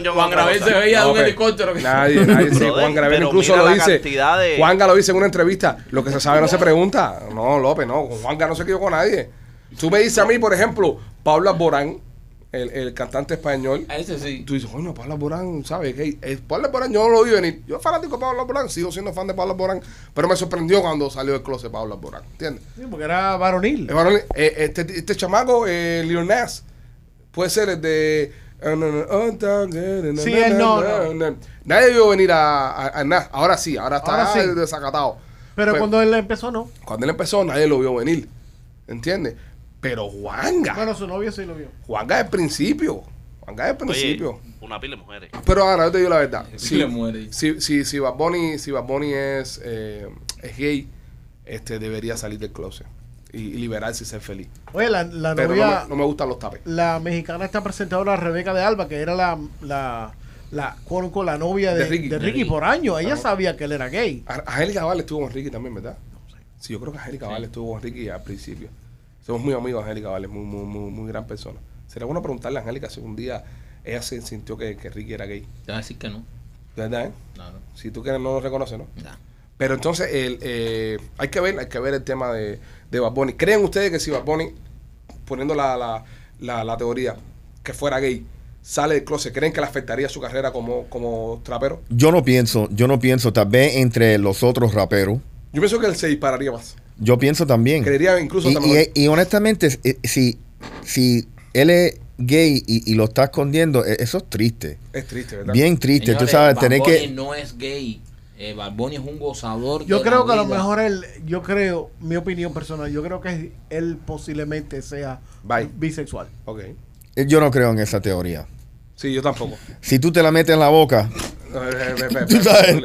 F: John
C: Juan
F: otra
C: Gabriel se
F: cosa.
C: veía de un
A: López,
C: helicóptero. que-
A: Nadie, nadie. Sí,
F: Brother,
A: Juan Gabriel
F: pero
A: incluso
F: mira
A: lo
F: la
A: dice.
F: cantidad de-
A: Juanga lo dice en una entrevista. Lo que se sabe no se pregunta. No, López, no. Con Juanga no se equivocó nadie. Tú me dices a mí, por ejemplo, Paula Borán. el, el cantante español.
C: Eso sí.
A: Tú dices, coño, Pablo Alborán, ¿sabes qué? Es- Pablo Alborán yo no lo vi venir. Yo fanático de Pablo Alborán, sigo siendo fan de Pablo Alborán, pero me sorprendió cuando salió del closet Pablo Alborán, ¿entiendes?
E: Sí, porque era varonil.
A: Eh, varón, eh, este, este chamaco, eh, Lil Nas, puede ser el de... eh, oh,
E: Sí, él no,
A: Nadie vio venir a, a- a Nas. Ahora sí, ahora está
E: Ahora sí.
A: desacatado.
E: Pero
A: pues-
E: cuando él empezó, no.
A: cuando él empezó, nadie lo vio venir. ¿Entiendes? Pero Juanga,
E: Bueno, su novio sí lo vio.
A: Juanga es el principio. Juanga es el
F: Oye,
A: principio.
F: una pila de mujeres.
A: Pero ahora yo te digo la verdad. Si,
C: le muere.
A: si, si, si Bad Bunny, si Bad Bunny es, eh, es gay, este debería salir del closet y, y liberarse y ser feliz.
E: Oye, la, la
A: Pero no
E: novia,
A: me, no me gustan los tapes.
E: la mexicana está presentadora Rebeca de Alba, que era la, la, la, quote, unquote, la novia
A: De
E: de,
A: Ricky.
E: de
A: De
E: Ricky por año. Ella sabía que él era gay.
A: A- Angélica Vale estuvo con Ricky también, ¿verdad? Sí, yo creo que Angélica Vale estuvo con Ricky al principio. Somos muy amigos de Angélica Vale, es muy, muy, muy, muy gran persona. Sería bueno preguntarle a Angélica si un día ella se sintió que, que Ricky era gay.
C: Te va a decir que no.
A: ¿Verdad? eh?
C: No, no.
A: Si tú quieres, no lo reconoces, ¿no?
C: no.
A: Pero entonces el, eh, hay que ver, hay que ver el tema de, de Bad Bunny. ¿Creen ustedes que si Bad Bunny, poniendo la, la, la, la teoría, que fuera gay, sale del closet, ¿creen que le afectaría su carrera como, como trapero?
D: Yo no pienso, yo no pienso, tal vez entre los otros raperos.
A: Yo pienso que él se dispararía más.
D: Yo pienso también.
A: Creería incluso
D: y,
A: hasta
D: y-
A: mejor.
D: y honestamente, eh, si, si él es gay y, y lo está escondiendo, eh, eso es triste.
A: Es triste, ¿verdad?
D: Bien triste, tú
C: Señores,
D: sabes,
C: Bad
D: tener
C: Bunny
D: que...
C: no es gay. Eh, Bad Bunny es un
A: Ah,
C: gozador.
E: Yo
C: de
E: creo
C: la
E: que a lo
C: vida.
E: mejor él, yo creo, mi opinión personal, yo creo que él posiblemente sea
A: Bye.
E: bisexual.
A: Ok.
D: eh, Yo no creo en esa teoría.
A: Sí, yo tampoco. eh,
D: Si tú te la metes en la boca,
A: Tú
D: sabes.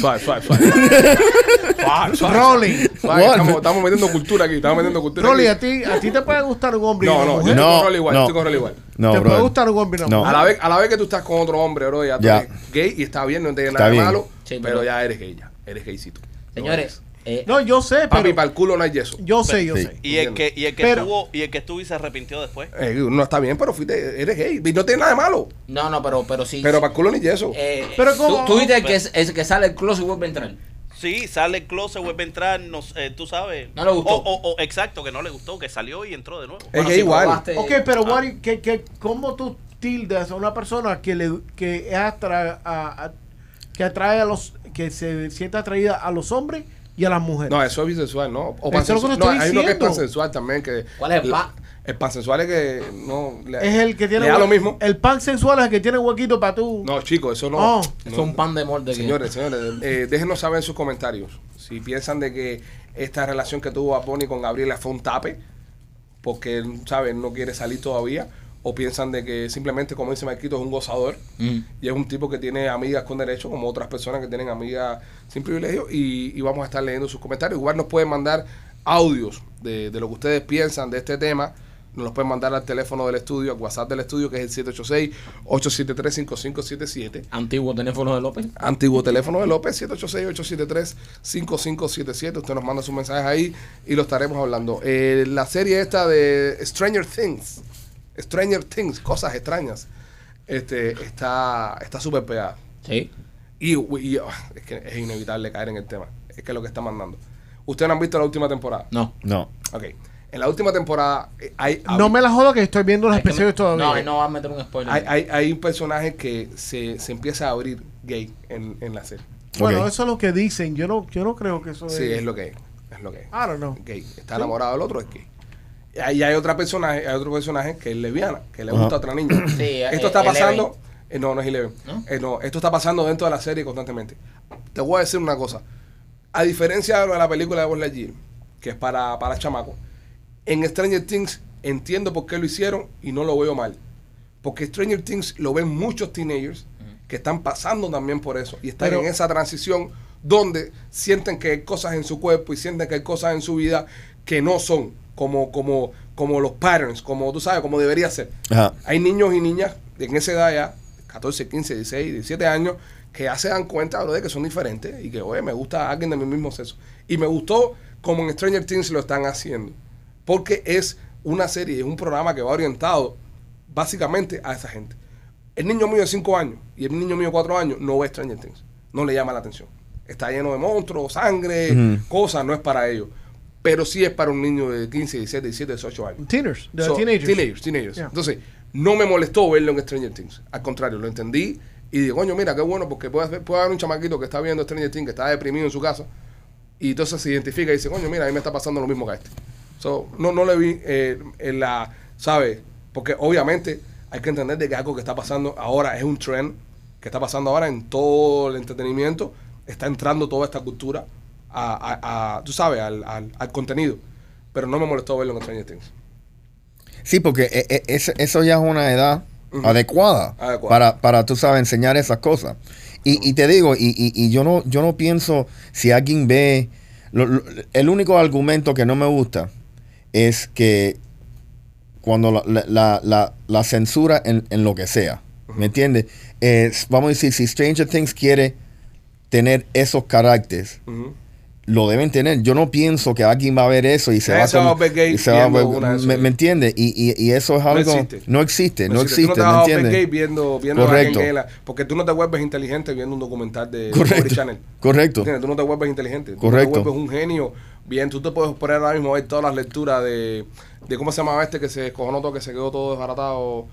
A: Suave, suave, suave. Suave, suave.
E: Rolly.
A: Suave,
D: What?
A: Estamos, estamos metiendo cultura aquí. Estamos metiendo cultura
E: Rolly,
A: aquí.
E: a ti, a ti te puede gustar un hombre y
A: No,
E: una
A: no, yo
E: mujer.
A: estoy
D: No,
A: con Rolly igual.
D: no.
A: Estoy con Rolly igual.
D: no,
E: te
D: brother.
E: puede gustar un hombre y
D: No.
E: una
A: A
E: mujer.
A: la, vez, a la vez que tú estás con otro hombre, bro, ya tú
D: Ya.
A: eres gay y está bien, no te
D: Está
A: nada de
D: bien.
A: malo,
C: Sí,
A: pero,
C: pero-
A: ya eres gay ya, eres gaycito.
C: Señores, eh,
E: No, yo sé,
A: Papi,
E: pero
A: para el culo no hay yeso.
E: yo sé, yo
D: Sí.
E: sé.
F: Y el que, y el que
E: Pero-
F: estuvo, y el que estuvo y se arrepintió después.
A: Eh, no está bien, pero fuiste, eres gay. Y no tiene nada de malo,
C: no, no, pero, pero sí.
A: pero para el culo no hay yeso.
C: eh,
E: Pero
C: tú-
E: ¿cómo?
C: Tú, dices que es, es que sale el closet y vuelve a entrar.
F: Sí, sale el closet, vuelve a entrar, no sé, eh, tú sabes.
C: No le gustó.
F: O, o- o- exacto, que no le gustó, que salió y entró de nuevo.
A: es
C: Bueno,
A: gay
C: si
A: igual.
C: probaste-
E: Ok, pero what i- que, que, ¿cómo tú tildas a una persona que le que es atra- a- a- que atrae a los que se siente atraída a los hombres y a las mujeres?
A: No, eso es bisexual, ¿no? O
E: Eso es lo que
A: pansexual.
E: te
A: No,
E: estoy
A: hay uno que es
E: diciendo.
A: pansexual también. Que
C: ¿Cuál es el pa-
A: El pansensual es que no... le-
E: es el que tiene
A: le da
E: hue-
A: lo mismo.
E: El pan sensual es el que tiene huequito para tú.
A: No, chicos, eso no...
E: Oh.
A: no-
C: Es un pan de molde. que-
A: Señores, señores, eh, déjenos saber en sus comentarios si piensan de que esta relación que tuvo a Bonnie con Gabriela fue un tape, porque, ¿sabes? No quiere salir todavía, o piensan de que simplemente, como dice Marquito, es un gozador
C: Mm.
A: y es un tipo que tiene amigas con derecho, como otras personas que tienen amigas sin privilegio, y, y vamos a estar leyendo sus comentarios. Igual nos pueden mandar audios de, de lo que ustedes piensan de este tema. Nos los pueden mandar al teléfono del estudio, al WhatsApp del estudio, que es el 786-873-5577.
C: Antiguo teléfono de López.
A: Antiguo teléfono de López, 786-873-5577. Usted nos manda sus mensajes ahí y lo estaremos hablando. Eh, la serie esta de Stranger Things, Stranger Things, cosas extrañas, este, está está súper pegada.
C: Sí.
A: Y, y- ah, es que es inevitable caer en el tema. Es que es lo que está mandando. Ustedes no han visto la última temporada.
C: No.
D: No.
A: Ok. En la última temporada eh, hay,
E: No me la joda que estoy viendo los
C: Es que me-
E: episodios Ah, todavía.
C: No, no va a meter un spoiler.
A: hay, hay, hay un personaje que se, se empieza a abrir gay en, en la serie.
E: Bueno,
D: Ok.
E: eso es lo que dicen. Yo no, yo no creo que eso
A: Sí, es lo que es. Es lo que es.
E: I don't know.
A: gay. Está enamorado del otro, es gay. Y ahí hay otra personaje, hay otro personaje que es lesbiana, que le
D: Ajá.
A: gusta a otra niña.
C: Sí,
A: esto
C: eh,
A: está
C: Eleven.
A: pasando. eh, no, no es Eleven.
C: ¿No?
A: Eh, no, esto está pasando dentro de la serie constantemente. Te voy a decir una cosa. A diferencia de lo de la película de Buzz Lightyear, que es para, para chamaco, en Stranger Things entiendo por qué lo hicieron y no lo veo mal. Porque Stranger Things lo ven muchos teenagers que están pasando también por eso y están
E: Pero-
A: en esa transición donde sienten que hay cosas en su cuerpo y sienten que hay cosas en su vida que no son como como como los patterns, como tú sabes, como debería ser.
D: Ajá.
A: Hay niños y niñas en esa edad ya, 14, 15, 16, 17 años, que ya se dan cuenta bro, de que son diferentes y que, oye, me gusta alguien de mi mismo sexo. Y me gustó como en Stranger Things lo están haciendo. Porque es una serie, es un programa que va orientado básicamente a esa gente. El niño mío de 5 años y el niño mío de 4 años no ve Stranger Things. No le llama la atención. Está lleno de monstruos, sangre,
D: Ujú.
A: cosas, no es para ellos. Pero sí es para un niño de 15, 17, 17, 18 años.
E: Teeners, de
A: So,
E: teenagers.
A: Teenagers, teenagers.
E: Yeah.
A: Entonces, no me molestó verlo en Stranger Things. Al contrario, lo entendí y digo, coño, mira, qué bueno, porque puede, haber- puede haber un chamaquito que está viendo Stranger Things, que está deprimido en su casa, y entonces se identifica y dice, coño, mira, a mí me está pasando lo mismo que a este. So, no, no le vi eh, en la, ¿sabes? Porque obviamente hay que entender de que algo que está pasando ahora es un trend que está pasando ahora en todo el entretenimiento, está entrando toda esta cultura a, a- a- tú sabes, al, al- al contenido. Pero no me molestó verlo en Stranger Things.
D: Sí, porque e- e- es- eso ya es una edad
A: Ujú.
D: adecuada,
A: Adecuada.
D: Para, para, tú sabes, enseñar esas cosas. Y, y te digo, y, y- y yo, no, yo no pienso si alguien ve... lo- lo- el único argumento que no me gusta es que cuando la, la- la- la- la censura en, en lo que sea, ¿me entiendes? Es- vamos a decir, si Stranger Things quiere tener esos caracteres,
A: Ujú.
D: lo deben tener. Yo no pienso que alguien va a ver eso y se
A: Nadie
D: va a...
A: se va a
D: con-
A: ver gay
D: y se va a
A: viendo
D: ver-
A: una de esas.
D: ¿Me, me entiendes? Y, y- y eso es
A: No
D: algo...
A: existe.
D: No existe, Este, no
A: Pues si
D: existe,
A: tú no
D: ¿me
A: te vas a open gay
D: entiendes?
A: viendo, viendo a
D: Correcto.
A: alguien gay, la- porque tú no te vuelves inteligente viendo un documental de Discovery
D: Correcto,
A: Channel.
D: correcto.
A: ¿Entiendes? Tú no te vuelves inteligente. Tú
D: Correcto.
A: no te vuelves un genio. Bien, tú te puedes poner ahora mismo a ver todas las lecturas de, de ¿cómo se llama este que se descojonó todo, que se quedó todo desbaratado?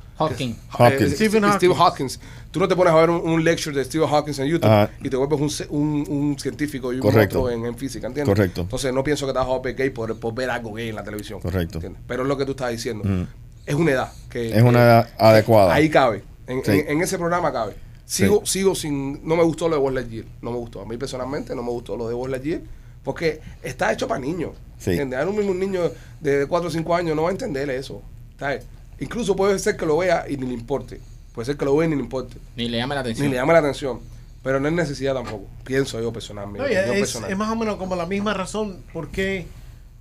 A: Que-
C: Hawking.
A: eh,
D: Hawking.
A: Stephen Hawking. Steve Hawkins. Tú no te pones a ver un, un lecture de Steve Hawkins en YouTube
D: Ajá.
A: y te vuelves un, ce- un, un científico y un
D: Ah. Correcto.
A: otro en, en física, ¿entiendes?
D: Correcto.
A: Entonces no pienso que te vas a volver gay por, por ver algo gay en la televisión.
D: Correcto. Mm.
A: ¿entiendes? Pero es lo que tú estás diciendo. Es una edad. Que,
D: Es una
A: que-
D: edad adecuada.
A: Ahí cabe. En,
D: Ah. Sí.
A: en- en ese programa cabe. Sigo, sigo sin. No me gustó lo de Buzz Lightyear. No me gustó. A mí personalmente no me gustó lo de Buzz Lightyear. Porque está hecho para niños.
D: Sí.
A: ¿Entiendes? Ahora mismo un niño de 4 o 5 años no va a entender eso. ¿sabes? Incluso puede ser que lo vea y ni le importe. Puede ser que lo vea y ni le importe.
C: Ni le llame la atención.
A: Ni le llame la atención. Pero no es necesidad tampoco. Pienso yo personalmente.
E: No, y
A: yo
E: es,
A: personal.
E: es más o menos como la misma razón por qué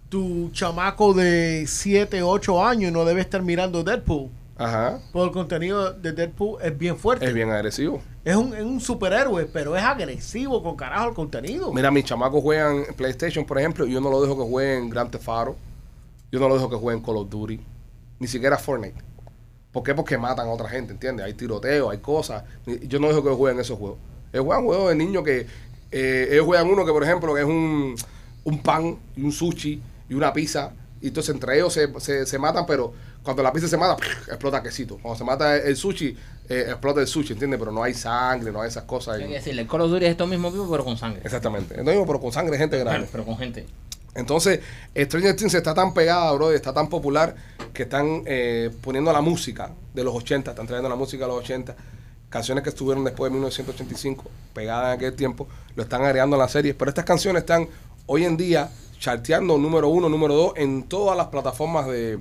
E: tu chamaco de 7, 8 años no debe estar mirando Deadpool.
A: Ajá.
E: Porque el contenido de Deadpool es bien fuerte.
A: Es bien agresivo.
E: Es un, es un superhéroe, pero es agresivo con carajo el contenido.
A: Mira, mis chamacos juegan PlayStation, por ejemplo, y yo no lo dejo que jueguen Grand Theft Auto. Yo no lo dejo que jueguen Call of Duty. Ni siquiera Fortnite. ¿Por qué? Porque matan a otra gente, ¿entiendes? Hay tiroteo, hay cosas. Ni- Yo no dejo que jueguen esos juegos. Ellos juegan juegos de niños que... eh, ellos juegan uno que, por ejemplo, que es un, un pan y un sushi y una pizza. Y entonces entre ellos se, se- se matan, pero cuando la pizza se mata, explota quesito. Cuando se mata el sushi, eh, explota el sushi, ¿entiendes? Pero no hay sangre, no hay esas cosas.
C: Hay que decirle, el Call of Duty es esto mismo vivo, pero con sangre.
A: Exactamente. Entonces, pero con sangre de gente grande.
C: Claro, pero con gente.
A: Entonces, Stranger Things está tan pegada, bro, y está tan popular que están eh, poniendo la música de los 80, están trayendo la música de los 80, canciones que estuvieron después de 1985, pegadas en aquel tiempo, lo están agregando a las series. Pero estas canciones están hoy en día charteando número uno, número dos en todas las plataformas de,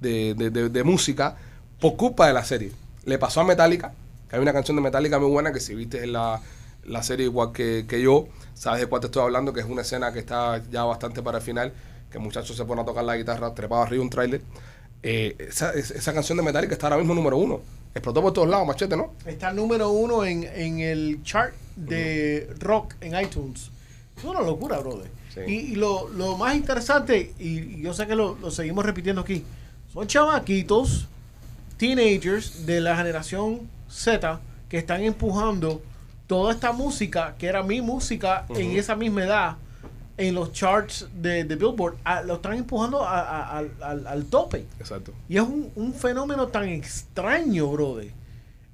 A: de- de- de- de música por culpa de la serie. Le pasó a Metallica, que hay una canción de Metallica muy buena que si viste en la, la serie igual que, que yo, sabes de cuál te estoy hablando, que es una escena que está ya bastante para el final, que el muchacho se pone a tocar la guitarra trepado arriba de un tráiler. Eh, esa, es- esa canción de Metallica está ahora mismo número uno. Explotó por todos lados, machete, ¿no?
E: Está el número uno en, en el chart de rock en iTunes. Es una locura, brother.
A: Sí.
E: Y, y lo, lo más interesante, y, y yo sé que lo, lo seguimos repitiendo aquí, son chamaquitos, teenagers de la generación Z que están empujando toda esta música, que era mi música en esa misma edad, en los charts de, de Billboard, a- lo están empujando a- a- al- al- al tope.
A: Exacto.
E: Y es un, un fenómeno tan extraño, brother.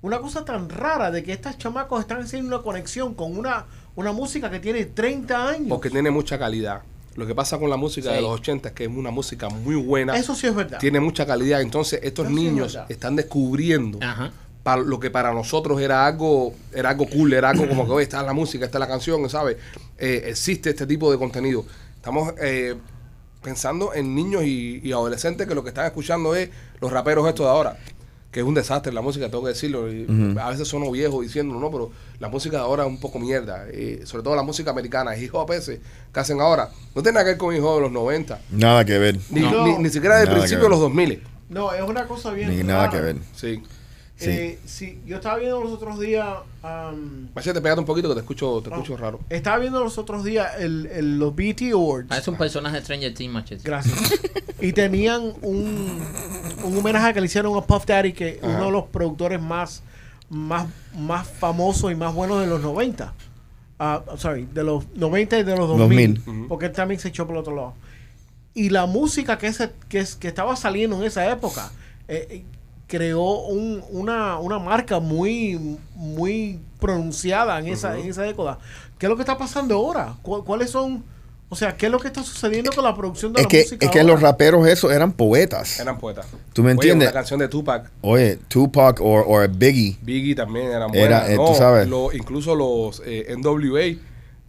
E: Una cosa tan rara de que estos chamacos están haciendo una conexión con una, una música que tiene 30 años.
A: Porque tiene mucha calidad. Lo que pasa con la música de
C: Sí.
A: los 80 es que es una música muy buena.
E: Eso sí es verdad.
A: Tiene mucha calidad. Entonces, estos
E: Eso sí es
A: niños
E: verdad.
A: están descubriendo
C: Ajá.
A: para lo que para nosotros era algo era algo cool, era algo como que hoy está la música, está la canción, ¿sabes? Eh, existe este tipo de contenido. Estamos eh, pensando en niños y, y adolescentes que lo que están escuchando es los raperos estos de ahora, que es un desastre la música, tengo que decirlo. y A veces son viejos diciendo, no, pero la música de ahora es un poco mierda, eh, sobre todo la música americana, hip hop ese que hacen ahora. No tiene nada que ver con hip hop de los 90,
D: Nada que ver.
A: ni,
E: No.
A: ni, ni siquiera del
D: Nada que
A: principio de
D: ver.
A: los 2000.
E: No, es una cosa bien.
D: Ni nada
E: rara.
D: que ver.
A: Sí.
D: Sí.
E: Eh, sí, yo estaba viendo los otros días. am,
A: Machete, pégate un poquito que te escucho, te
E: Ah.
A: escucho raro.
E: estaba viendo los otros días el, el- los BT Awards.
C: Parece un personaje de Stranger Things, machete.
E: Gracias. y tenían un, un homenaje que le hicieron a Puff Daddy, que es
A: Ajá.
E: uno de los productores más, más, más famosos y más buenos de los 90. Ah, sorry, de los 90 y de los 2000.
D: 2000.
A: Ujú.
E: Porque él también se echó por el otro lado. Y la música que, ese, que, es- que estaba saliendo en esa época, eh, eh, creó un- una, una marca muy, muy pronunciada en esa, en esa década. ¿Qué es lo que está pasando ahora? ¿Cu- ¿Cuáles son? O sea, ¿qué es lo que está sucediendo con la producción de
D: Es
E: la
D: que,
E: música?
D: es que
E: ahora?
D: los raperos esos eran poetas.
A: Eran poetas.
D: ¿Tú me
A: Oye,
D: entiendes?
A: la canción de Tupac,
D: Oye, Tupac o or Biggie.
A: Biggie también eran
D: Era,
A: buenas.
D: eh,
A: no,
D: tú sabes.
A: lo- incluso los eh, NWA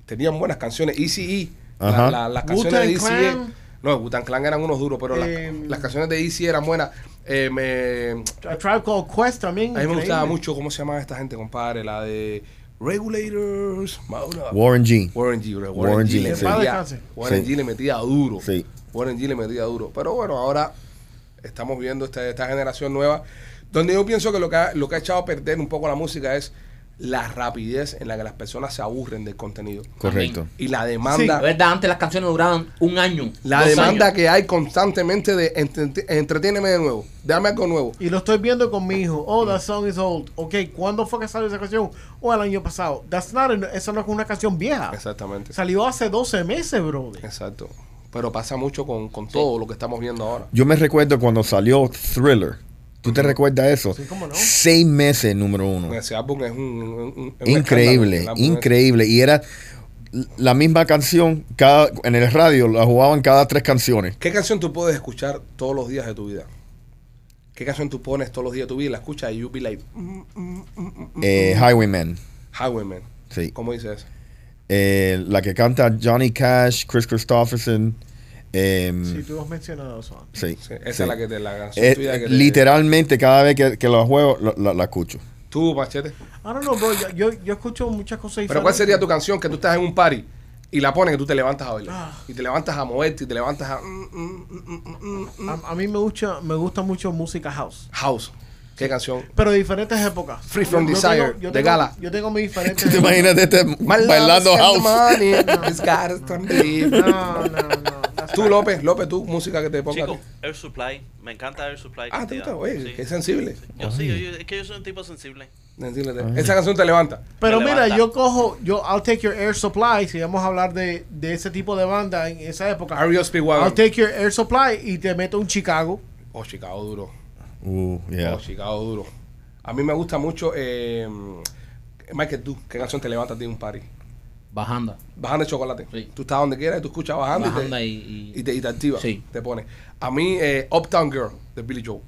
A: tenían buenas canciones. ECE,
D: Ajá.
A: la, la- las canciones de E
E: Wu-Tang
A: ECE.
E: Clan.
A: No, Butan Clan eran unos duros, pero las-
E: Em.
A: las, canciones de ECE eran buenas. Eh, me-
E: A Tribe Called Quest también.
A: a mí me gustaba
E: increíble.
A: mucho cómo se llamaba esta gente, compadre. La de Regulators. Madonna.
D: Warren G.
A: Warren G. Warren,
D: Warren
A: G.
D: G,
A: le
D: sí.
A: metía,
E: Descanse.
A: Warren
D: Sí.
A: G le metía duro.
D: Sí.
A: Warren G le metía duro. Pero bueno, ahora estamos viendo esta, esta generación nueva, donde yo pienso que lo que, ha, lo que ha echado a perder un poco la música es la rapidez en la que las personas se aburren del contenido.
D: Correcto.
A: Y la demanda.
C: La verdad, antes las canciones duraban un año.
A: La
C: dos
A: demanda
C: años.
A: que hay constantemente de entre- entretiéneme de nuevo, dame algo nuevo.
E: Y lo estoy viendo con mi hijo. Oh,
D: Mm.
E: that song is old. Ok, ¿cuándo fue que salió esa canción? Oh, el año pasado. That's not, an- esa no es una canción vieja.
A: Exactamente.
E: Salió hace 12 meses, brother.
A: Exacto. Pero pasa mucho con, con todo lo que estamos viendo ahora.
D: Yo me recuerdo cuando salió Thriller. ¿Tú te recuerdas eso?
E: Sí, cómo no.
D: Seis meses número uno.
A: Ese álbum es un, un- un- un
D: Mm. Increíble,
A: escándalo. El álbum es-
D: increíble. Y era la misma canción cada, en el radio, la jugaban cada tres canciones.
A: ¿Qué canción tú puedes escuchar todos los días de tu vida? ¿Qué canción tú pones todos los días de tu vida y la escuchas y you be like mm, mm, mm, mm,
D: Eh, Highwayman,
A: Highwayman?
D: sí.
A: ¿Cómo dice eso?
D: Eh, la que canta Johnny Cash, Chris Christopherson. em,
E: Si tú has mencionado eso.
D: sí,
A: Sí, esa
D: sí.
A: es la que te la canción
D: Eh,
A: tuya que te-
D: literalmente cada vez que, que la juego la, la- la escucho.
A: Tú, Machete.
E: I don't know, bro. Yo, yo, yo escucho muchas cosas
A: Pero ¿cuál sería tu canción que tú estás en un party y la pones que tú te levantas a bailar?
E: Ah.
A: Y te levantas a moverte y te levantas a mm, mm, mm, mm, mm, mm.
E: A, a mí me gusta, me gusta mucho música house.
A: House. ¿Qué canción?
E: Pero de diferentes épocas.
A: Free from
E: Yo
A: Desire,
E: tengo- yo
A: de
E: tengo-
A: Gala.
E: Yo tengo mis diferentes.
D: ¿Tú te imaginas de este bailando house?
E: No, no, no. that's
A: Tú,
E: right.
A: López, López, tú, música que te ponga.
F: Chico, Air Supply, me encanta Air Supply.
A: Ah, te gusta,
F: cantidad.
A: oye,
F: Sí.
A: que es sensible.
F: Yo sí, yo- yo- es que yo soy un tipo sensible.
A: Sensible te- Esa canción te levanta.
E: Pero
F: Me
E: mira,
F: levanta.
E: yo cojo, yo, I'll take your air supply, si vamos a hablar de, de ese tipo de banda en esa época.
A: Ariel Speedwagon.
E: I'll take your air supply y te meto un Chicago.
A: Oh, Chicago duro.
D: Uh, yeah.
A: Oh, Chicago duro. A mí me gusta mucho eh, Michael Du. ¿Qué canción te levanta a ti en un party?
C: Bajando.
A: Bajando el chocolate.
C: Sí.
A: Tú estás donde quieras y tú escuchas bajando,
C: Bajando
A: y,
C: y-
A: te,
C: y-
A: y te, y te activa.
C: Sí.
A: Te pone. A mí, eh, Uptown Girl de Billy Joe.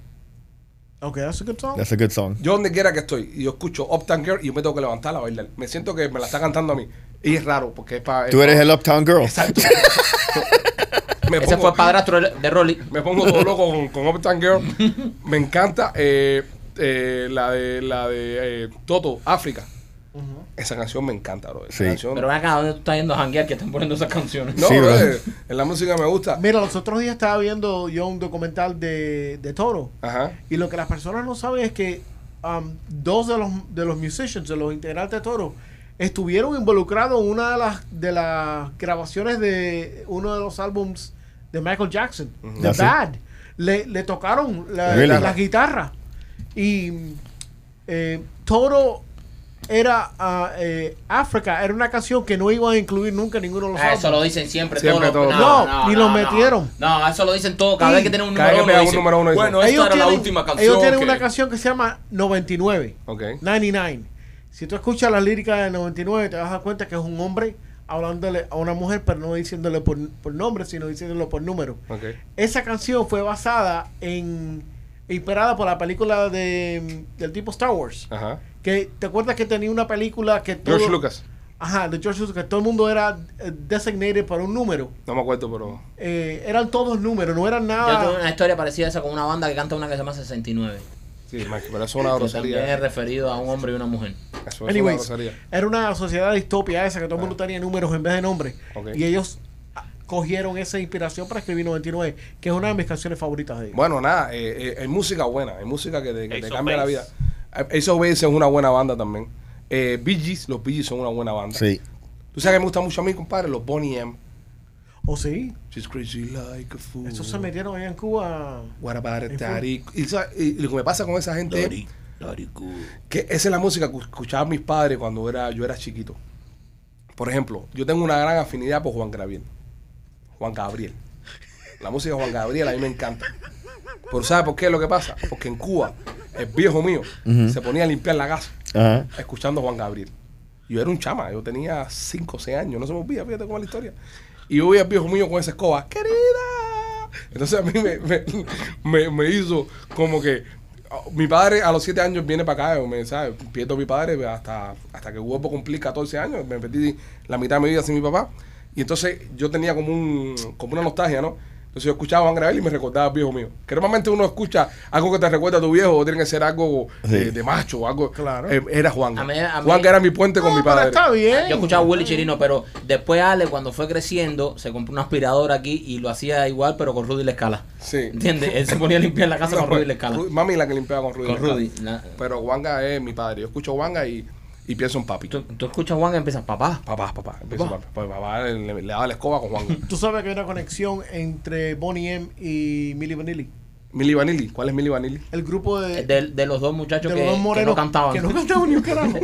E: Ok, that's a good song.
D: That's a good song.
A: Yo donde quiera que estoy y yo escucho Uptown Girl y yo me tengo que levantar a bailar. Me siento que me la está cantando a mí. Y es raro porque es para...
D: Tú eres el Uptown Girl.
A: Exacto. me
C: Ese fue el padrastro de de Rolly.
A: me pongo todo loco con, con Uptown Girl. Me encanta eh, eh, la de, la de eh, Toto, África. Esa canción me encanta, bro. Esa
D: Sí.
A: canción-
C: Pero ven acá, ¿dónde tú estás yendo a janguear que están poniendo esas canciones?
A: no,
D: Sí, bro.
A: brother, en la música me gusta.
E: Mira, los otros días estaba viendo yo un documental de, de Toro.
A: Ajá.
E: Y lo que las personas no saben es que um, dos de los, de los musicians, de los integrantes de Toro, estuvieron involucrados en una de las, de las grabaciones de uno de los álbums de Michael Jackson, The
D: Ah, sí.
E: Bad. Le, le tocaron la,
D: Really?
E: la guitarra. Y eh, Toro era ah, eh, África, era una canción que no iban a incluir nunca en ninguno de los
C: Ah, eso lo
E: álbumes.
C: dicen siempre.
A: Siempre
C: todos los-
A: todo.
E: No, ni lo metieron.
C: No, eso lo dicen todo. Cada vez que tienen un
A: Cada vez
C: número
A: que pegan
C: uno.
A: un
C: dicen,
A: número uno, dicen.
C: Bueno, esta era la última canción.
E: ellos tienen
C: que-
E: una canción que se llama 99.
A: Ok.
E: 99. Si tú escuchas las líricas de 99, te vas a dar cuenta que es un hombre hablándole a una mujer, pero no diciéndole por, por nombre, sino diciéndole por número.
A: Ok.
E: Esa canción fue basada en. inspirada por la película de, del tipo Star Wars.
A: Ajá.
E: Que, ¿Te acuerdas que tenía una película que todo.
A: George Lucas.
E: Ajá, de George Lucas, que todo el mundo era eh, designated para un número.
A: No me acuerdo, pero.
E: Eh, eran todos números, no eran
C: Yo tengo
E: nada.
C: una historia parecida a esa con una banda que canta una que se llama 69.
A: Sí, Mike, pero eso es una
C: que también
A: grosería.
C: es referido a un hombre y una mujer.
A: Eso es una
E: Anyways,
A: grosería. Ah.
E: era una sociedad distopia esa que todo el mundo tenía números en vez de nombres.
A: Ok.
E: Y ellos ah, cogieron esa inspiración para escribir 99, que es una de mis canciones favoritas de ellos.
A: Bueno, nada, eh, eh, hay música buena, hay música que te, que te
F: Ace of
A: cambia la
F: Base.
A: vida. Eh, Ace of Base es una buena banda también. Eh, Bee Gees, los Bee Gees son una buena banda.
D: Sí.
A: Tú sabes que me gusta mucho a mí, compadre, los Bonnie M.
E: ¿O Oh, sí?
A: She's crazy like a fool.
E: Estos se metieron allá en Cuba.
A: What about it, daddy? Y, sa- y lo que me pasa con esa gente es que esa es la música que escuchaban mis padres cuando era, yo era chiquito. Por ejemplo, yo tengo una gran afinidad por Juan Gabriel. Juan Gabriel. La música de Juan Gabriel a mí me encanta. Pero ¿sabes por qué es lo que pasa? Porque en Cuba el viejo mío
D: Ujú.
A: se ponía a limpiar la casa
D: Ajá.
A: escuchando a Juan Gabriel. Yo era un chama, yo tenía 5 o 6 años, no se me olvida, fíjate cómo es la historia. Y yo vi al viejo mío con esa escoba, querida. Entonces a mí me, me- me- me hizo como que. oh, Mi padre a los 7 años viene para acá, me, ¿sabes? Pierdo a mi padre pues, hasta, hasta que vuelvo a cumplir 14 años, me perdí la mitad de mi vida sin mi papá. Y entonces yo tenía como, un, como una nostalgia, ¿no? Entonces yo escuchaba a Juan Gabriel y me recordaba al viejo mío. Que normalmente uno escucha algo que te recuerda a tu viejo o tiene que ser algo
D: Sí.
A: eh, de macho o algo.
E: Claro.
A: eh, era Juan.
C: A mí- a mí-
A: Juan que era mi puente con
E: No,
A: mi
E: pero
A: padre.
E: está bien.
C: Yo escuchaba a Willy Chirino, pero después Ale, cuando fue creciendo, se compró una aspiradora aquí y lo hacía igual, pero con Rudy la escala.
A: Sí.
C: ¿Entiendes? Él se ponía a limpiar la casa
A: No,
C: con
A: pues,
C: Rudy la escala.
A: Ru- Mami la que limpiaba con Rudy.
C: Con
A: Lescala.
C: Rudy, la-
A: Pero Juanga es mi padre. Yo escucho Juanga y, y pienso en papi.
C: Tú, tú escuchas a Juan y empiezas, papá.
A: Papá, papá. Empiezo en papi. Pues papá le, le daba la escoba con Juanga.
E: Tú sabes que hay una conexión entre Bonnie M y Milli Vanilli.
A: Milli Vanilli. ¿Cuál es Milli Vanilli?
E: El grupo de,
C: Eh, De, de los dos muchachos
E: de
C: que,
E: los dos
C: que no
E: morenos
C: cantaban.
E: que no cantaban ni un carajo.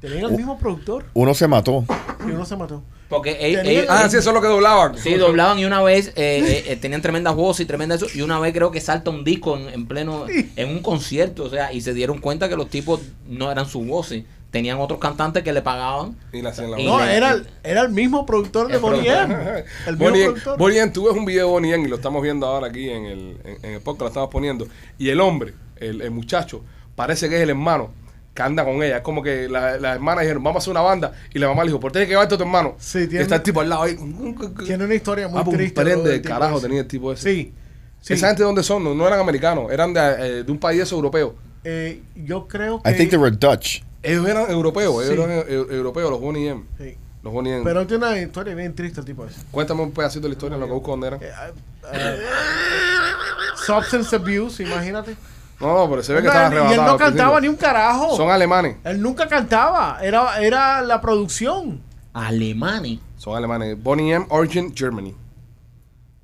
E: Tenían al mismo productor
D: Uno se mató.
E: y uno se mató.
C: Porque ellos,
E: Tenían-
A: Ah, sí, eso es lo que doblaban.
C: Sí, doblaban y una vez eh, eh, eh, tenían tremendas voces y tremendas eso. Y una vez creo que salta un disco en, en pleno, en un concierto, o sea, y se dieron cuenta que los tipos no eran sus voces. Tenían otros cantantes que le pagaban.
A: Y la hacían la
C: Y
E: No,
C: la-
E: era, el- era el mismo productor de
C: El
E: Bonnie
C: productor.
E: M. El mismo
A: Bonnie,
E: productor.
A: Bonnie M, tú ves un video de Bonnie M y lo estamos viendo ahora aquí en el, en, en el podcast, lo estamos poniendo. Y el hombre, el, el muchacho, parece que es el hermano que anda con ella. Es como que la, la hermana dijeron, vamos a hacer una banda. Y la mamá le dijo, ¿por qué tienes que llevarte a tu hermano?
E: Sí, tiene-
A: y está el tipo al lado ahí. "Mm,
E: Tiene una historia muy
A: Ah, pues,
E: triste.
A: Un prende
E: bro, del
A: del
E: tipo
A: carajo
E: ese.
A: tenía el tipo ese.
E: Sí. sí.
A: ¿Esa gente de dónde son? No, no eran americanos, eran de, eh, de un país europeo.
E: Eh, yo creo que.
D: I think they were Dutch.
A: Ellos eran europeos,
E: Sí.
A: ellos eran eh, eu- europeos, los Bonnie M.
E: Sí.
A: Los Bonnie M.
E: Pero tiene una historia bien triste el tipo ese.
A: Cuéntame un pedacito de la historia, en lo que busco dónde eran.
E: Eh, ah, ah, substance abuse, imagínate.
A: No, no, pero se ve que estaba
E: Una- y él
A: arrebatado.
E: no
A: al
E: cantaba ni
A: principio.
E: un carajo.
A: Son alemanes.
E: Él nunca cantaba, era, era la producción.
C: Alemanes.
A: Son alemanes. Bonnie M. Origin, Germany.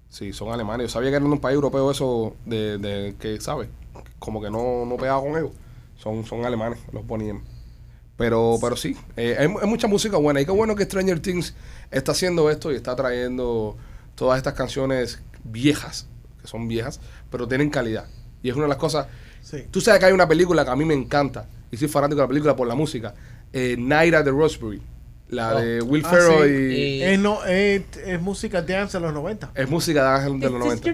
A: Sí, son alemanes. Yo sabía que eran de un país europeo eso de, de que, ¿sabes? Como que no, no pegaba con ellos. Son, son alemanes, los Bonnie M. Pero, pero sí, eh, hay, mu- hay mucha música buena. Y qué bueno que Stranger Things está haciendo esto y está trayendo todas estas canciones viejas, que son viejas, pero tienen calidad. Y es una de las cosas
E: Sí.
A: Tú sabes que hay una película que a mí me encanta y soy fanático de la película por la música. Eh, Night at the Rosebury. La
C: Oh.
A: de Will
E: Ah,
A: Ferrell
E: sí.
A: y,
C: Y-
E: Es, no, es, es música dance de los 90.
A: Es música de Ángel de los 90.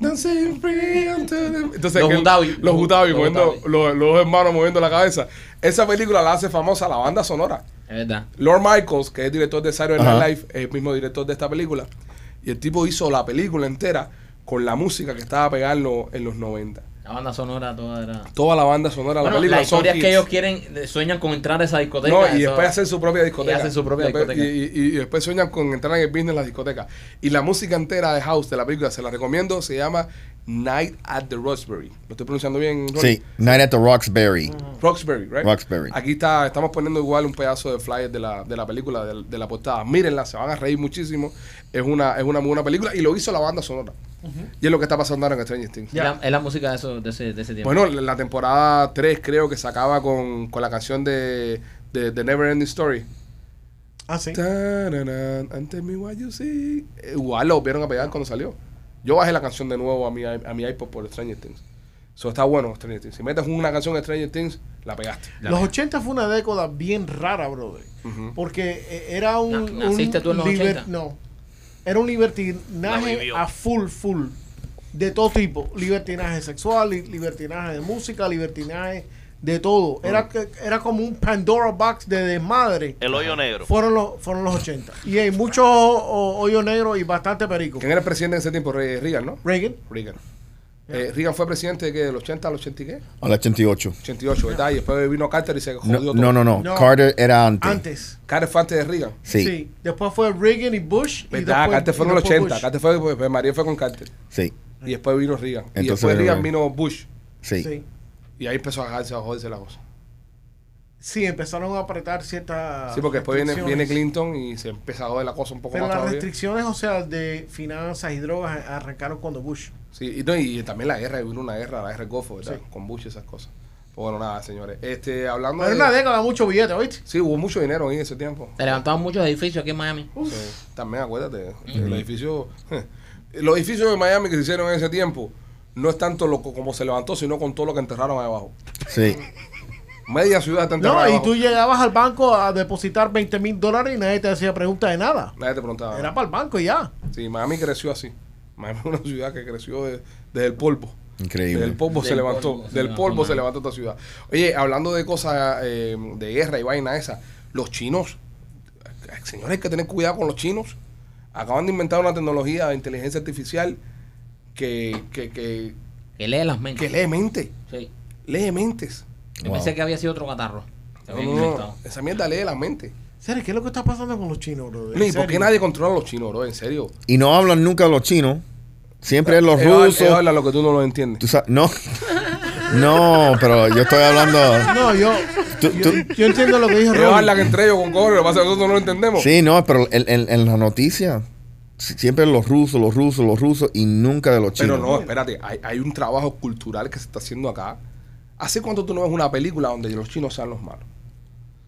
A: Dancing free until the- Entonces,
C: Los
A: que-
C: Hutabi.
A: Los Hutabi
C: Los
A: moviendo-
C: Hutabi.
A: los- los hermanos moviendo la cabeza. Esa película la hace famosa la banda sonora.
C: Es verdad.
A: Lord Michaels, que es director de Saturday
D: Ajá.
A: Night Live, es el mismo director de esta película. Y el tipo hizo la película entera con la música que estaba pegada en, lo- en los 90.
C: La banda sonora toda era.
A: Toda la banda sonora de
C: Bueno,
A: la película.
C: la
A: son
C: historia es que
A: hits.
C: ellos quieren, eh, sueñan con entrar a esa discoteca.
A: No, y
C: eso-
A: después hacen su propia discoteca.
C: hacen su propia
A: Y después-
C: discoteca.
A: Y, y- y después sueñan con entrar en el business de las discotecas. Y la música entera de House de la película, se la recomiendo, se llama Night at the Roxbury. ¿Lo estoy pronunciando bien? Rolly?
D: Sí, Night at the Roxbury.
A: Roxbury, right?
D: Roxbury.
A: Aquí está, estamos poniendo igual un pedazo de flyer de la, de la película, de, de la portada. Mírenla, se van a reír muchísimo. Es una, es una muy buena película y lo hizo la banda sonora. Y es lo que está pasando ahora en Stranger Things.
C: Es la- es la música de, eso, de, ese, de ese tiempo.
A: Bueno, la la temporada 3 creo que se acaba con, con la canción de, de, de Never Ending Story.
E: Ah, sí.
A: Tararán, and tell me what you see. Eh, Igual lo volvieron a pegar cuando salió. Yo bajé la canción de nuevo a mi, i- a mi iPod por Stranger Things. Eso está bueno, Stranger Things. Si metes una canción de Stranger Things, la pegaste.
E: Los 80 fue una década bien rara, brother.
A: Ujú.
E: Porque eh, era un.
C: Na- ¿naciste
E: un
C: tú en los 80?
E: No. Era un
F: La
E: libertinaje
F: vivió.
E: a full, full. De todo tipo. Libertinaje sexual, li- libertinaje de música, libertinaje de todo. Era, que- era como un Pandora Box de desmadre.
F: El hoyo negro.
E: Fueron los, fueron los 80. Y hay muchos ho- hoyos negros y bastante perico.
A: ¿Quién era el presidente en ese tiempo? Re- Reagan, ¿no?
E: Reagan.
A: Reagan. Eh, Reagan fue presidente de qué? del 80 al 80 y qué?
D: Al 88.
A: 88, ¿verdad? Y después vino Carter y se jodió
D: No,
A: todo.
D: no, no, no.
E: No.
D: Carter era antes.
E: Antes.
A: Carter fue antes de Reagan.
E: Sí.
D: Sí, sí.
E: Después fue Reagan y Bush. Y
A: ¿Verdad?
E: después-
A: Carter fue
E: y
A: en el
E: después
A: 80.
E: Bush.
A: Carter fue, pues, María fue con Carter. Y después vino Reagan. y
D: Entonces,
A: después Reagan
D: eh,
A: vino Bush.
D: Sí.
E: Sí.
A: Y ahí empezó a dejarse a joderse la cosa.
E: Sí, empezaron a apretar ciertas.
A: Sí, porque después viene, viene
E: restricciones.
A: Clinton y se empezó a joder la cosa un poco
E: Pero
A: más
E: las
A: todavía.
E: restricciones, o sea, de finanzas y drogas a- arrancaron cuando Bush.
A: Sí, y, no, y también la guerra, vino una guerra, la guerra del Golfo, ¿verdad?
E: Sí.
A: Con Bush y esas cosas. Pero bueno, nada, señores. Este, hablando
E: Era
A: de...
E: una década, mucho billete, ¿oíste?
A: Sí, hubo mucho dinero ahí en ese tiempo.
C: Se levantaban muchos edificios aquí en Miami.
A: Sí, también acuérdate, el edificio, los edificios de Miami que se hicieron en ese tiempo no es tanto lo, co- como se levantó, sino con todo lo que enterraron ahí abajo.
D: Sí.
A: Media ciudad está enterrada.
E: No, y
A: abajo.
E: tú llegabas al banco a depositar 20 mil dólares y nadie te hacía pregunta de nada.
A: Nadie te preguntaba.
E: Era para el banco y ya.
A: Sí, Miami creció así. Miami es una ciudad que creció de- desde el polvo.
D: Increíble.
A: Del polvo se
C: Del
A: levantó.
C: polvo se
A: del
C: levantó,
A: polvo se
C: mano.
A: levantó esta ciudad. Oye, hablando de cosas eh, de guerra y vaina esa, los chinos, eh, señores, hay que tener cuidado con los chinos. Acaban de inventar una tecnología de inteligencia artificial que, que, que,
C: Que lee las mentes.
A: que lee mente.
C: Sí.
A: Lee mentes.
C: Yo
D: Wow.
C: Pensé que había sido otro catarro. Se
A: No,
C: habían
A: no, no,
C: inventado.
A: esa mierda lee la mente.
E: ¿Sabes qué es lo que está pasando con los chinos, bro?
A: No, ¿Y por qué nadie controla a los chinos, bro? En serio.
D: Y no hablan nunca los chinos. Siempre es los
A: Ellos hablan-
D: rusos.
A: ellos hablan lo que tú no lo entiendes.
D: Tú sa- no. No, pero yo estoy hablando.
E: No, yo,
D: Tú-
E: yo,
D: tú-
E: yo entiendo lo que dijo
A: Ellos
E: Robert.
A: hablan entre ellos con cobre, lo que pasa es que nosotros no lo entendemos.
D: Sí, no, pero en, en- en las noticias si- siempre los rusos, los rusos, los rusos y nunca de los
A: Pero
D: chinos.
A: no, espérate, hay, hay un trabajo cultural que se está haciendo acá. ¿Hace cuánto tú no ves una película donde los chinos sean los malos?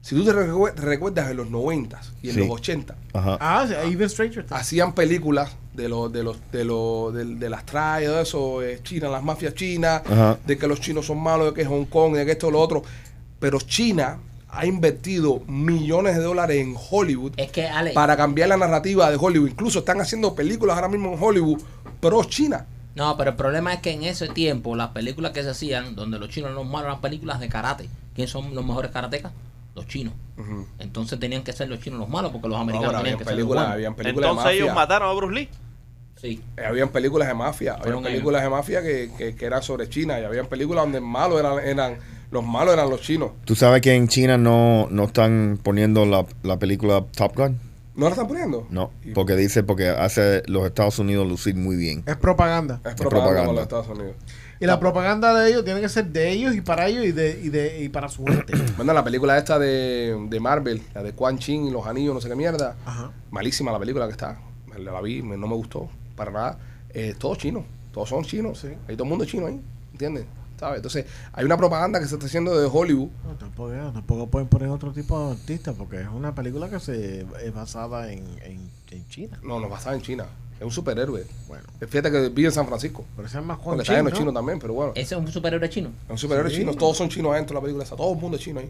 A: Si tú te recue- recuerdas en los 90 y en
D: Sí.
A: los 80,
D: Ajá.
E: Ah, sí, Even Stranger. Things.
A: hacían películas de los de los de los de, de las traes, de eso, eh, China, las mafias chinas,
D: Ajá.
A: de que los chinos son malos, de que Hong Kong, de que esto lo otro. Pero China ha invertido millones de dólares en Hollywood
C: Es que, Ale,
A: para cambiar la narrativa de Hollywood. Incluso están haciendo películas ahora mismo en Hollywood pro China.
C: no, pero el problema es que en ese tiempo las películas que se hacían, donde los chinos eran los malos, eran películas de karate. ¿Quién son los mejores karatecas? Los chinos. Entonces tenían que ser los chinos los malos porque los americanos
A: Ahora,
C: tenían
A: habían
C: que ser los
A: películas,
C: buenos.
A: habían películas de
F: Entonces ellos
A: mafia.
F: mataron a Bruce Lee.
C: Sí.
A: Eh, Habían películas de mafia, habían
C: Fueron ellos.
A: películas de mafia que, que, que eran sobre China y habían películas donde malos eran, eran los malos eran los chinos.
D: Tú sabes que en China no, no están poniendo la, la película Top Gun.
A: ¿No la están poniendo?
D: No,
A: Y-
D: porque dice porque hace los Estados Unidos lucir muy bien.
E: Es propaganda.
A: es propaganda,
D: propaganda.
A: para los Estados Unidos.
E: Y la propaganda de ellos tiene que ser de ellos y para ellos y, de, y, de, y para su gente.
A: Bueno, la película esta de, de Marvel, la de Quan Chin y los anillos, no sé qué mierda.
E: Ajá.
A: Malísima la película que está. Me- La vi, me- no me gustó para nada. Eh, todos chinos, todos son chinos.
E: Sí.
A: Hay todo el mundo chino ahí, ¿entiendes? ¿Sabes? Entonces, hay una propaganda que se está haciendo de Hollywood
E: No, tampoco, tampoco pueden poner otro tipo de artista porque es una película que se es basada en, en, en China.
A: No, nos basaba en China. Es un superhéroe.
E: Bueno,
A: Eh, Fíjate que vive en San Francisco.
E: pero se llama Juan
A: Porque
E: Chin,
A: está en los
E: ¿no?
A: chinos también, pero bueno. Es
C: Ese es un superhéroe chino.
A: un superhéroe
E: Sí.
A: chino. Todos son chinos adentro de la película esa. Todo el mundo es chino ahí.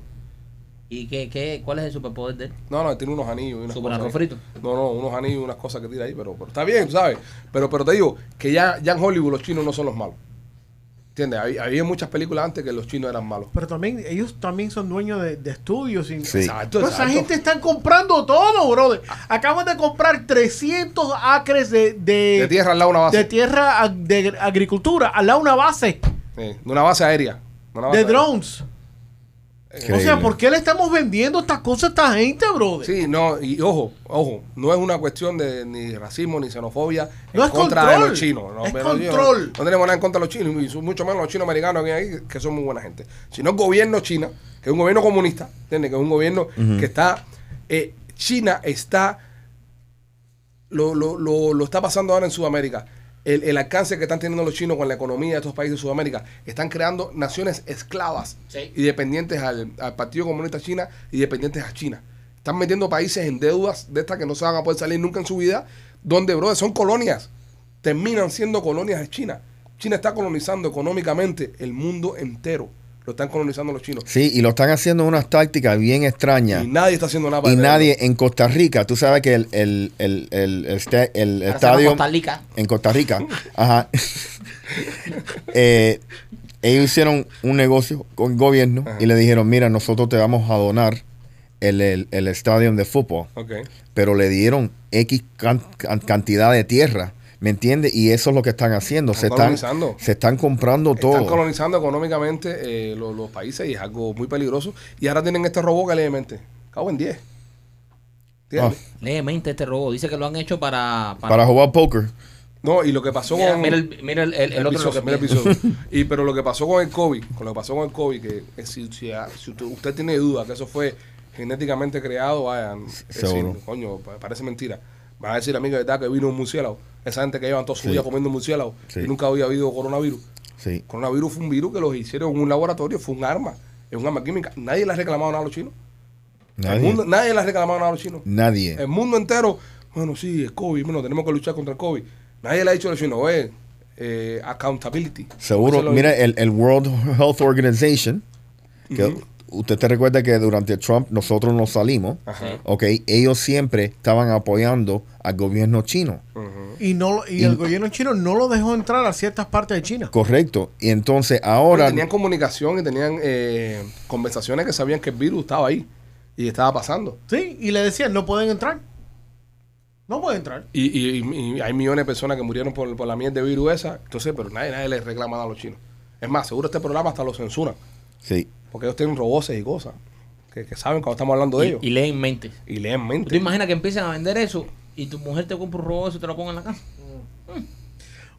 C: ¿Y qué, qué, cuál es el superpoder de él?
A: No, no, tiene unos anillos y unas
C: Super
A: cosas.
C: arroz
A: ahí.
C: frito.
A: No, no, unos anillos y unas cosas que tira ahí, pero, pero está bien, tú ¿sabes? Pero, pero te digo que ya, ya en Hollywood los chinos no son los malos. ¿Entiendes? Había, había muchas películas antes que los chinos eran malos.
E: Pero también, ellos también son dueños de, de estudios. Y,
D: Sí.
A: Exacto,
E: Pero esa
A: exacto. Ah.
E: gente están comprando todo, brother. Acaban de comprar 300 acres de, de,
A: de tierra al lado de una base.
E: de tierra ag- de agricultura, al lado una base
A: Sí, de una base aérea. una base
E: de
A: aérea.
E: drones. O sea,
D: Increíble.
E: ¿por qué le estamos vendiendo estas cosas a esta gente, brother?
A: Sí, no, y ojo, ojo, no es una cuestión de ni racismo ni xenofobia
E: No
A: en
E: es
A: contra de
E: control,
A: los chinos. No,
E: es
A: Pero yo No,
E: control.
A: no tenemos nada en contra de los chinos, y son mucho menos los chinos americanos que, hay, que son muy buena gente. Sino el gobierno china, que es un gobierno comunista, ¿entiendes? Que es un gobierno que está. eh, China está. Lo, lo, lo, lo está pasando ahora en Sudamérica. El, el alcance que están teniendo los chinos con la economía de estos países de Sudamérica. Están creando naciones esclavas
C: Sí.
A: y dependientes al, al Partido Comunista China y dependientes a China. Están metiendo países en deudas de estas que no se van a poder salir nunca en su vida, donde, bro, son colonias. Terminan siendo colonias de China. China está colonizando económicamente el mundo entero. Lo están colonizando los chinos.
D: Sí, y lo están haciendo unas tácticas bien extrañas.
A: Y nadie está haciendo nada para
D: Y
A: detenerlo.
D: nadie en Costa Rica, tú sabes que el, el, el, el, el sta- el
C: Ahora se llama
D: estadio
C: Costa Rica.
D: en Costa Rica, ajá, Eh, ellos hicieron un negocio con el gobierno
A: Ajá.
D: y le dijeron, mira, nosotros te vamos a donar el, el, el estadio de fútbol,
A: Ok.
D: pero le dieron X can- can- cantidad de tierra, ¿me entiendes? Y eso es lo que están haciendo,
A: Están
D: se,
A: colonizando.
D: están, se están comprando
A: Están
D: todo.
A: colonizando económicamente eh, lo- los, países y es algo muy peligroso. Y ahora tienen este robot que le mente. Cago en 10. ¿Entiendes?
D: Ah.
C: Lee mente este robo. Dice que lo han hecho para... para-
D: Para jugar póker.
A: No, y lo que pasó
C: Mira,
A: con.
C: mira el, mira el, el- el otro
A: episodio,
C: lo
A: mira
C: que
A: el
C: piensa.
A: episodio. Y pero lo que pasó con el COVID, con lo que pasó con el COVID, que eh, si, si a- si usted, usted tiene duda que eso fue genéticamente creado, vayan, es decir,
D: Seguro.
A: coño, pa- parece mentira. Van a decir, amigo, ¿verdad que vino un murciélago? Esa gente que llevan toda su
D: Sí.
A: vida comiendo murciélago
D: Sí.
A: y nunca había habido coronavirus.
D: Sí.
A: Coronavirus fue un virus que los hicieron en un laboratorio, fue un arma, es un arma química. Nadie le ha reclamado nada a los chinos. El
D: Nadie.
A: mundo- nadie le ha reclamado nada a los chinos.
D: Nadie.
A: El mundo entero, bueno, sí, es COVID, bueno, tenemos que luchar contra el COVID. Nadie le ha dicho a los chinos, eh, eh, accountability. Eso
D: Seguro,
A: es lo-
D: mira, el, el World Health Organization, que usted te recuerda que durante Trump nosotros nos salimos,
A: Ajá.
D: ok, ellos siempre estaban apoyando al gobierno chino,
E: Y, no, y el gobierno chino no lo dejó entrar a ciertas partes de China.
D: correcto, y entonces
A: Porque
D: ahora,
A: tenían comunicación y tenían eh, conversaciones que sabían que el virus estaba ahí y estaba pasando.
E: Sí, y le decían, no pueden entrar. No pueden entrar.
A: Y, y- y hay millones de personas que murieron por, por la mierda de virus esa. Entonces, pero nadie, nadie les reclama nada a los chinos. Es más, seguro este programa hasta lo censuran.
D: sí,
A: Porque ellos tienen roboces y cosas que, que saben cuando estamos hablando de ellos.
C: Y, y leen mentes.
A: Y, leen
C: ¿Tú te
A: mente.
C: imaginas que empiezan a vender eso y tu mujer te compra un robot y te lo ponga en la casa?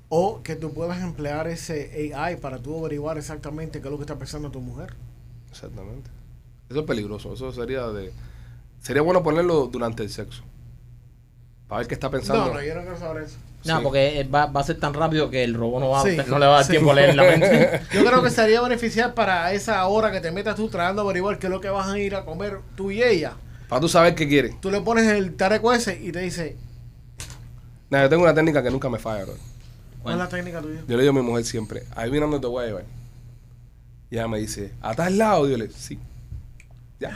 E: O que tú puedas emplear ese AI para tú averiguar exactamente qué es lo que está pensando tu mujer.
A: Exactamente. Eso es peligroso. Eso sería de. Sería bueno ponerlo durante el sexo. Para ver qué está pensando.
E: No, no, yo no quiero saber eso.
C: No,
A: Sí.
C: porque eh, va, va a ser tan rápido que el robot no, va, a-
E: Sí.
C: no le va a dar
E: Sí.
C: tiempo a leer la mente.
E: Yo creo que sería beneficiar para esa hora que te metas tú tratando de averiguar qué es lo que vas a ir a comer tú y ella.
A: Para tú saber qué quiere.
E: Tú le pones el tareco ese y te dice,
A: No, yo tengo una técnica que nunca me falla, bro.
E: ¿cuál es la técnica tuya?
A: Yo le digo a mi mujer siempre, adivina dónde te voy a llevar. Y ella me dice, ¿a tal lado? Y yo le sí. Ya.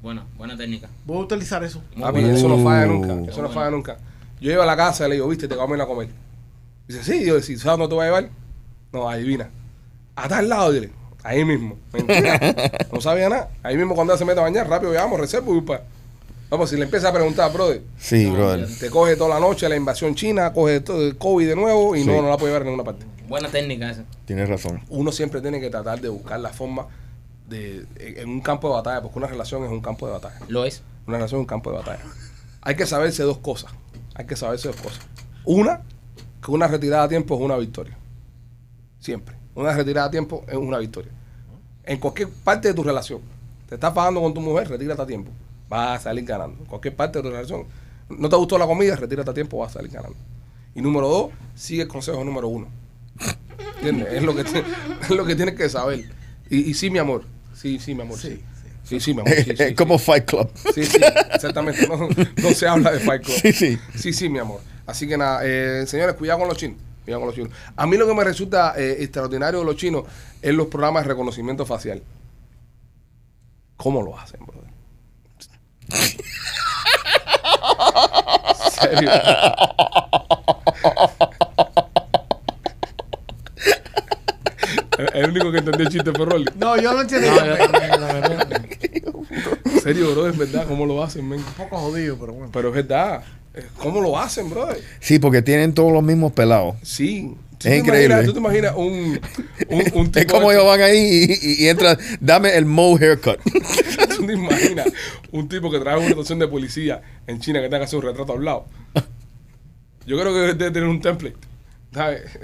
C: Buena, buena técnica.
E: Voy a utilizar eso.
A: Papi, eso no falla nunca. Eso no
C: bueno.
A: falla nunca. Yo llego a la casa y le digo, viste, te vamos a ir a comer. Dice, sí, yo le digo, ¿sabes dónde te voy a llevar? No, adivina. A tal lado, dile. Ahí mismo. Mentira. no sabía nada. Ahí mismo cuando ella se mete a bañar, rápido llegamos, reservo y pa. Vamos, si le empieza a preguntar, brother,
D: sí, brother.
A: te coge toda la noche la invasión china, coge todo el COVID de nuevo y
D: Sí.
A: no, no la puede llevar a ninguna parte
C: Buena técnica esa.
D: Tienes razón.
A: uno siempre tiene que tratar de buscar la forma de en un campo de batalla, porque una relación es un campo de batalla.
C: Lo es.
A: Una relación es un campo de batalla. Hay que saberse dos cosas. Hay que saberse dos cosas. Una, que una retirada a tiempo es una victoria. Siempre. Una retirada a tiempo es una victoria. En cualquier parte de tu relación. Te estás pagando con tu mujer, retírate a tiempo. Vas a salir ganando. En cualquier parte de tu relación. No te gustó la comida, retírate a tiempo, vas a salir ganando. Y número dos, sigue el consejo número uno. ¿Entiendes? Es lo que, ti- es lo que tienes que saber. Y, y sí, mi amor. Sí, sí, mi amor. Sí, sí, sí, mi amor. sí, sí,
D: es como Fight Club.
A: Sí, sí, exactamente. No, no se habla de Fight Club.
D: Sí, sí.
A: Sí, sí, mi amor. Así que nada, eh, señores, cuidado con los chinos. Cuidado con los chinos. A mí lo que me resulta eh, extraordinario de los chinos es los programas de reconocimiento facial. ¿Cómo lo hacen, brother? Serio. El único que entendió el chiste fue Rolly.
E: No, yo no entiendo.
C: No, yo también, la verdad.
A: En serio, bro, es verdad, ¿cómo lo hacen, men?
E: un poco jodido, pero bueno.
A: Pero es verdad. eh, ¿Cómo lo hacen, brother?
D: Sí, porque tienen todos los mismos pelados.
A: Sí. ¿Tú
D: Es
A: te
D: increíble.
A: imaginas- ¿Tú te imaginas un, un, un
D: Es
A: tipo
D: como
A: de-
D: ellos van ahí y, y- y entran, dame el mo haircut.
A: ¿Tú te imaginas un tipo que trabaja en una estación de policía en China que tenga que hacer un retrato hablado? Yo creo que debe tener un template, ¿sabes?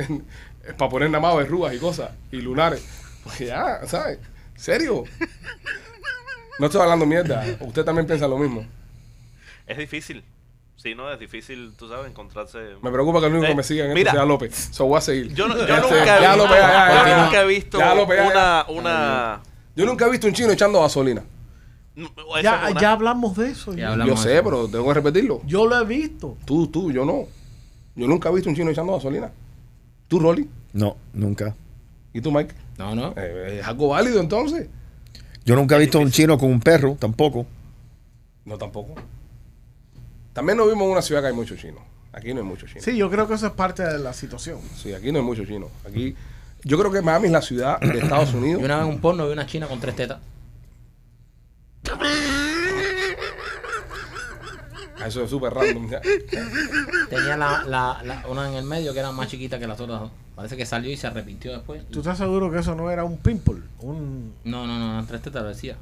A: Para poner nada más verrugas y cosas, y lunares. Porque ya, ¿sabes? ¿Serio? No estoy hablando mierda. Usted también piensa lo mismo.
F: Es difícil. Sí, no, es difícil, tú sabes, encontrarse.
A: Me preocupa que el único que
F: Eh,
A: me siga en
F: mira.
A: esto sea López. So voy a seguir.
F: Yo, no- yo
A: Este,
F: nunca he
A: ya
F: visto,
A: López, ya, ya,
F: yo
A: ya.
F: nunca he visto
A: Ya, López, ya, ya.
F: una. una
A: Yo nunca he visto un chino echando gasolina.
F: no, eso
E: Ya,
F: es una-
E: ya hablamos de eso.
C: Ya
E: yo.
C: hablamos
A: yo
C: de
A: sé,
C: eso.
A: pero tengo que repetirlo.
E: Yo lo he visto.
A: Tú, tú, yo no. Yo nunca he visto un chino echando gasolina. Tú, Rolly.
D: No, nunca.
A: Y tú, Mike.
C: No, no.
A: Eh, es algo válido entonces.
D: Yo nunca he visto un chino con un perro, tampoco.
A: No, tampoco. También nos vimos en una ciudad que hay muchos chinos. Aquí no hay muchos chinos.
E: Sí, yo creo que eso es parte de la situación.
A: Sí, aquí no hay muchos chinos. Aquí, yo creo que Miami es la ciudad de Estados
C: Yo
A: Unidos.
C: una vez en un porno vi una china con tres tetas.
A: Ah, Eso es súper random. ya.
C: Tenía la, la, la- una en el medio que era más chiquita que las otras dos. Parece que salió y se arrepintió después.
E: ¿Tú estás seguro que eso no era un pimple? Un...
C: No, no, no, eran tres tetas lo decía.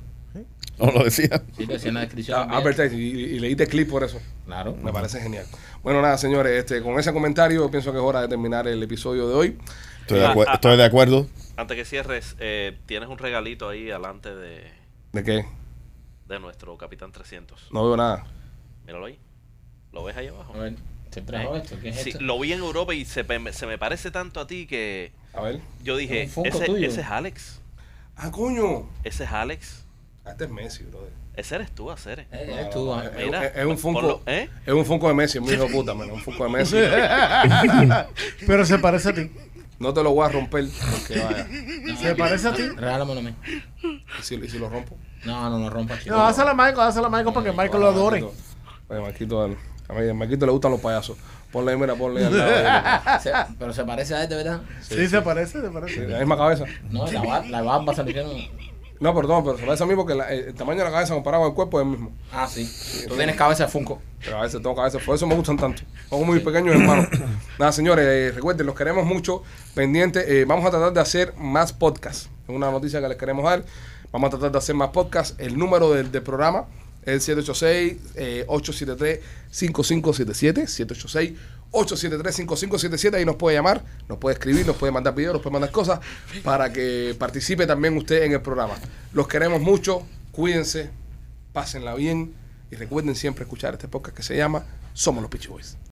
D: No lo decía.
C: Sí, lo decía en la descripción.
A: Ah,
C: también.
A: advertising, y, y leíste clip por eso.
C: Claro.
A: Me parece genial. Bueno, nada, señores, este, con ese comentario pienso que es hora de terminar el episodio de hoy.
D: Estoy
A: Ah,
D: de, acuer- estoy de acuerdo.
F: Antes que cierres, eh, tienes un regalito ahí adelante de,
A: ¿De qué?
F: de nuestro Capitán 300.
A: No veo nada.
F: Míralo ahí. ¿Lo ves ahí abajo?
C: A ver, ¿te trajo esto? ¿Qué es
F: Sí,
C: esto?
F: lo vi en Europa y se, pe- se me parece tanto a ti que
A: A ver.
F: yo dije,
C: Un Funko
F: ese,
C: tuyo.
F: ese es Alex.
A: Ah, coño.
F: Ese es Alex.
A: Este es Messi, brother.
F: Ese eres tú, Acere.
C: Eh, eres tú, ah.
A: Es-
F: Mira,
A: es, es un Funko.
F: ponlo, ¿eh?
A: Es un Funko de Messi, mi hijo de puta, man. Un Funko de Messi.
E: Pero se parece a ti.
A: No te lo voy a romper porque vaya.
E: ¿Se parece a ti?
C: Regálamelo a mí.
A: ¿Y si, y si lo rompo?
C: No, no, no rompas, chico.
E: No, dásela a Michael, dásela a Michael para que Michael lo adore.
A: Marquito. Oye, Marquito, dale. a mí- a Marquito le gustan los payasos. Ponle, mira, ponle al lado de-
C: Se-
E: ah,
C: pero se parece a este, ¿verdad?
E: Sí, se parece, se parece.
A: la misma cabeza.
C: No, la, bar- la barba se le hicieron.
A: No, perdón, pero se parece a mí porque la- el el tamaño de la cabeza comparado al cuerpo es el mismo.
C: Ah, sí. Tú tienes cabeza de Funko.
A: Pero a veces tengo cabezas, por eso me gustan tanto. Son muy pequeños hermanos. Nada, señores, eh, recuerden, los queremos mucho. Pendiente, eh, vamos a tratar de hacer más podcasts. Es una noticia que les queremos dar. Vamos a tratar de hacer más podcasts. El número del, del programa es el eh, 786-873-5577. 786-873-5577. Ahí nos puede llamar, nos puede escribir, nos puede mandar videos, nos puede mandar cosas para que participe también usted en el programa. Los queremos mucho. Cuídense, pásenla bien y recuerden siempre escuchar este podcast que se llama Somos los Pitch Boys.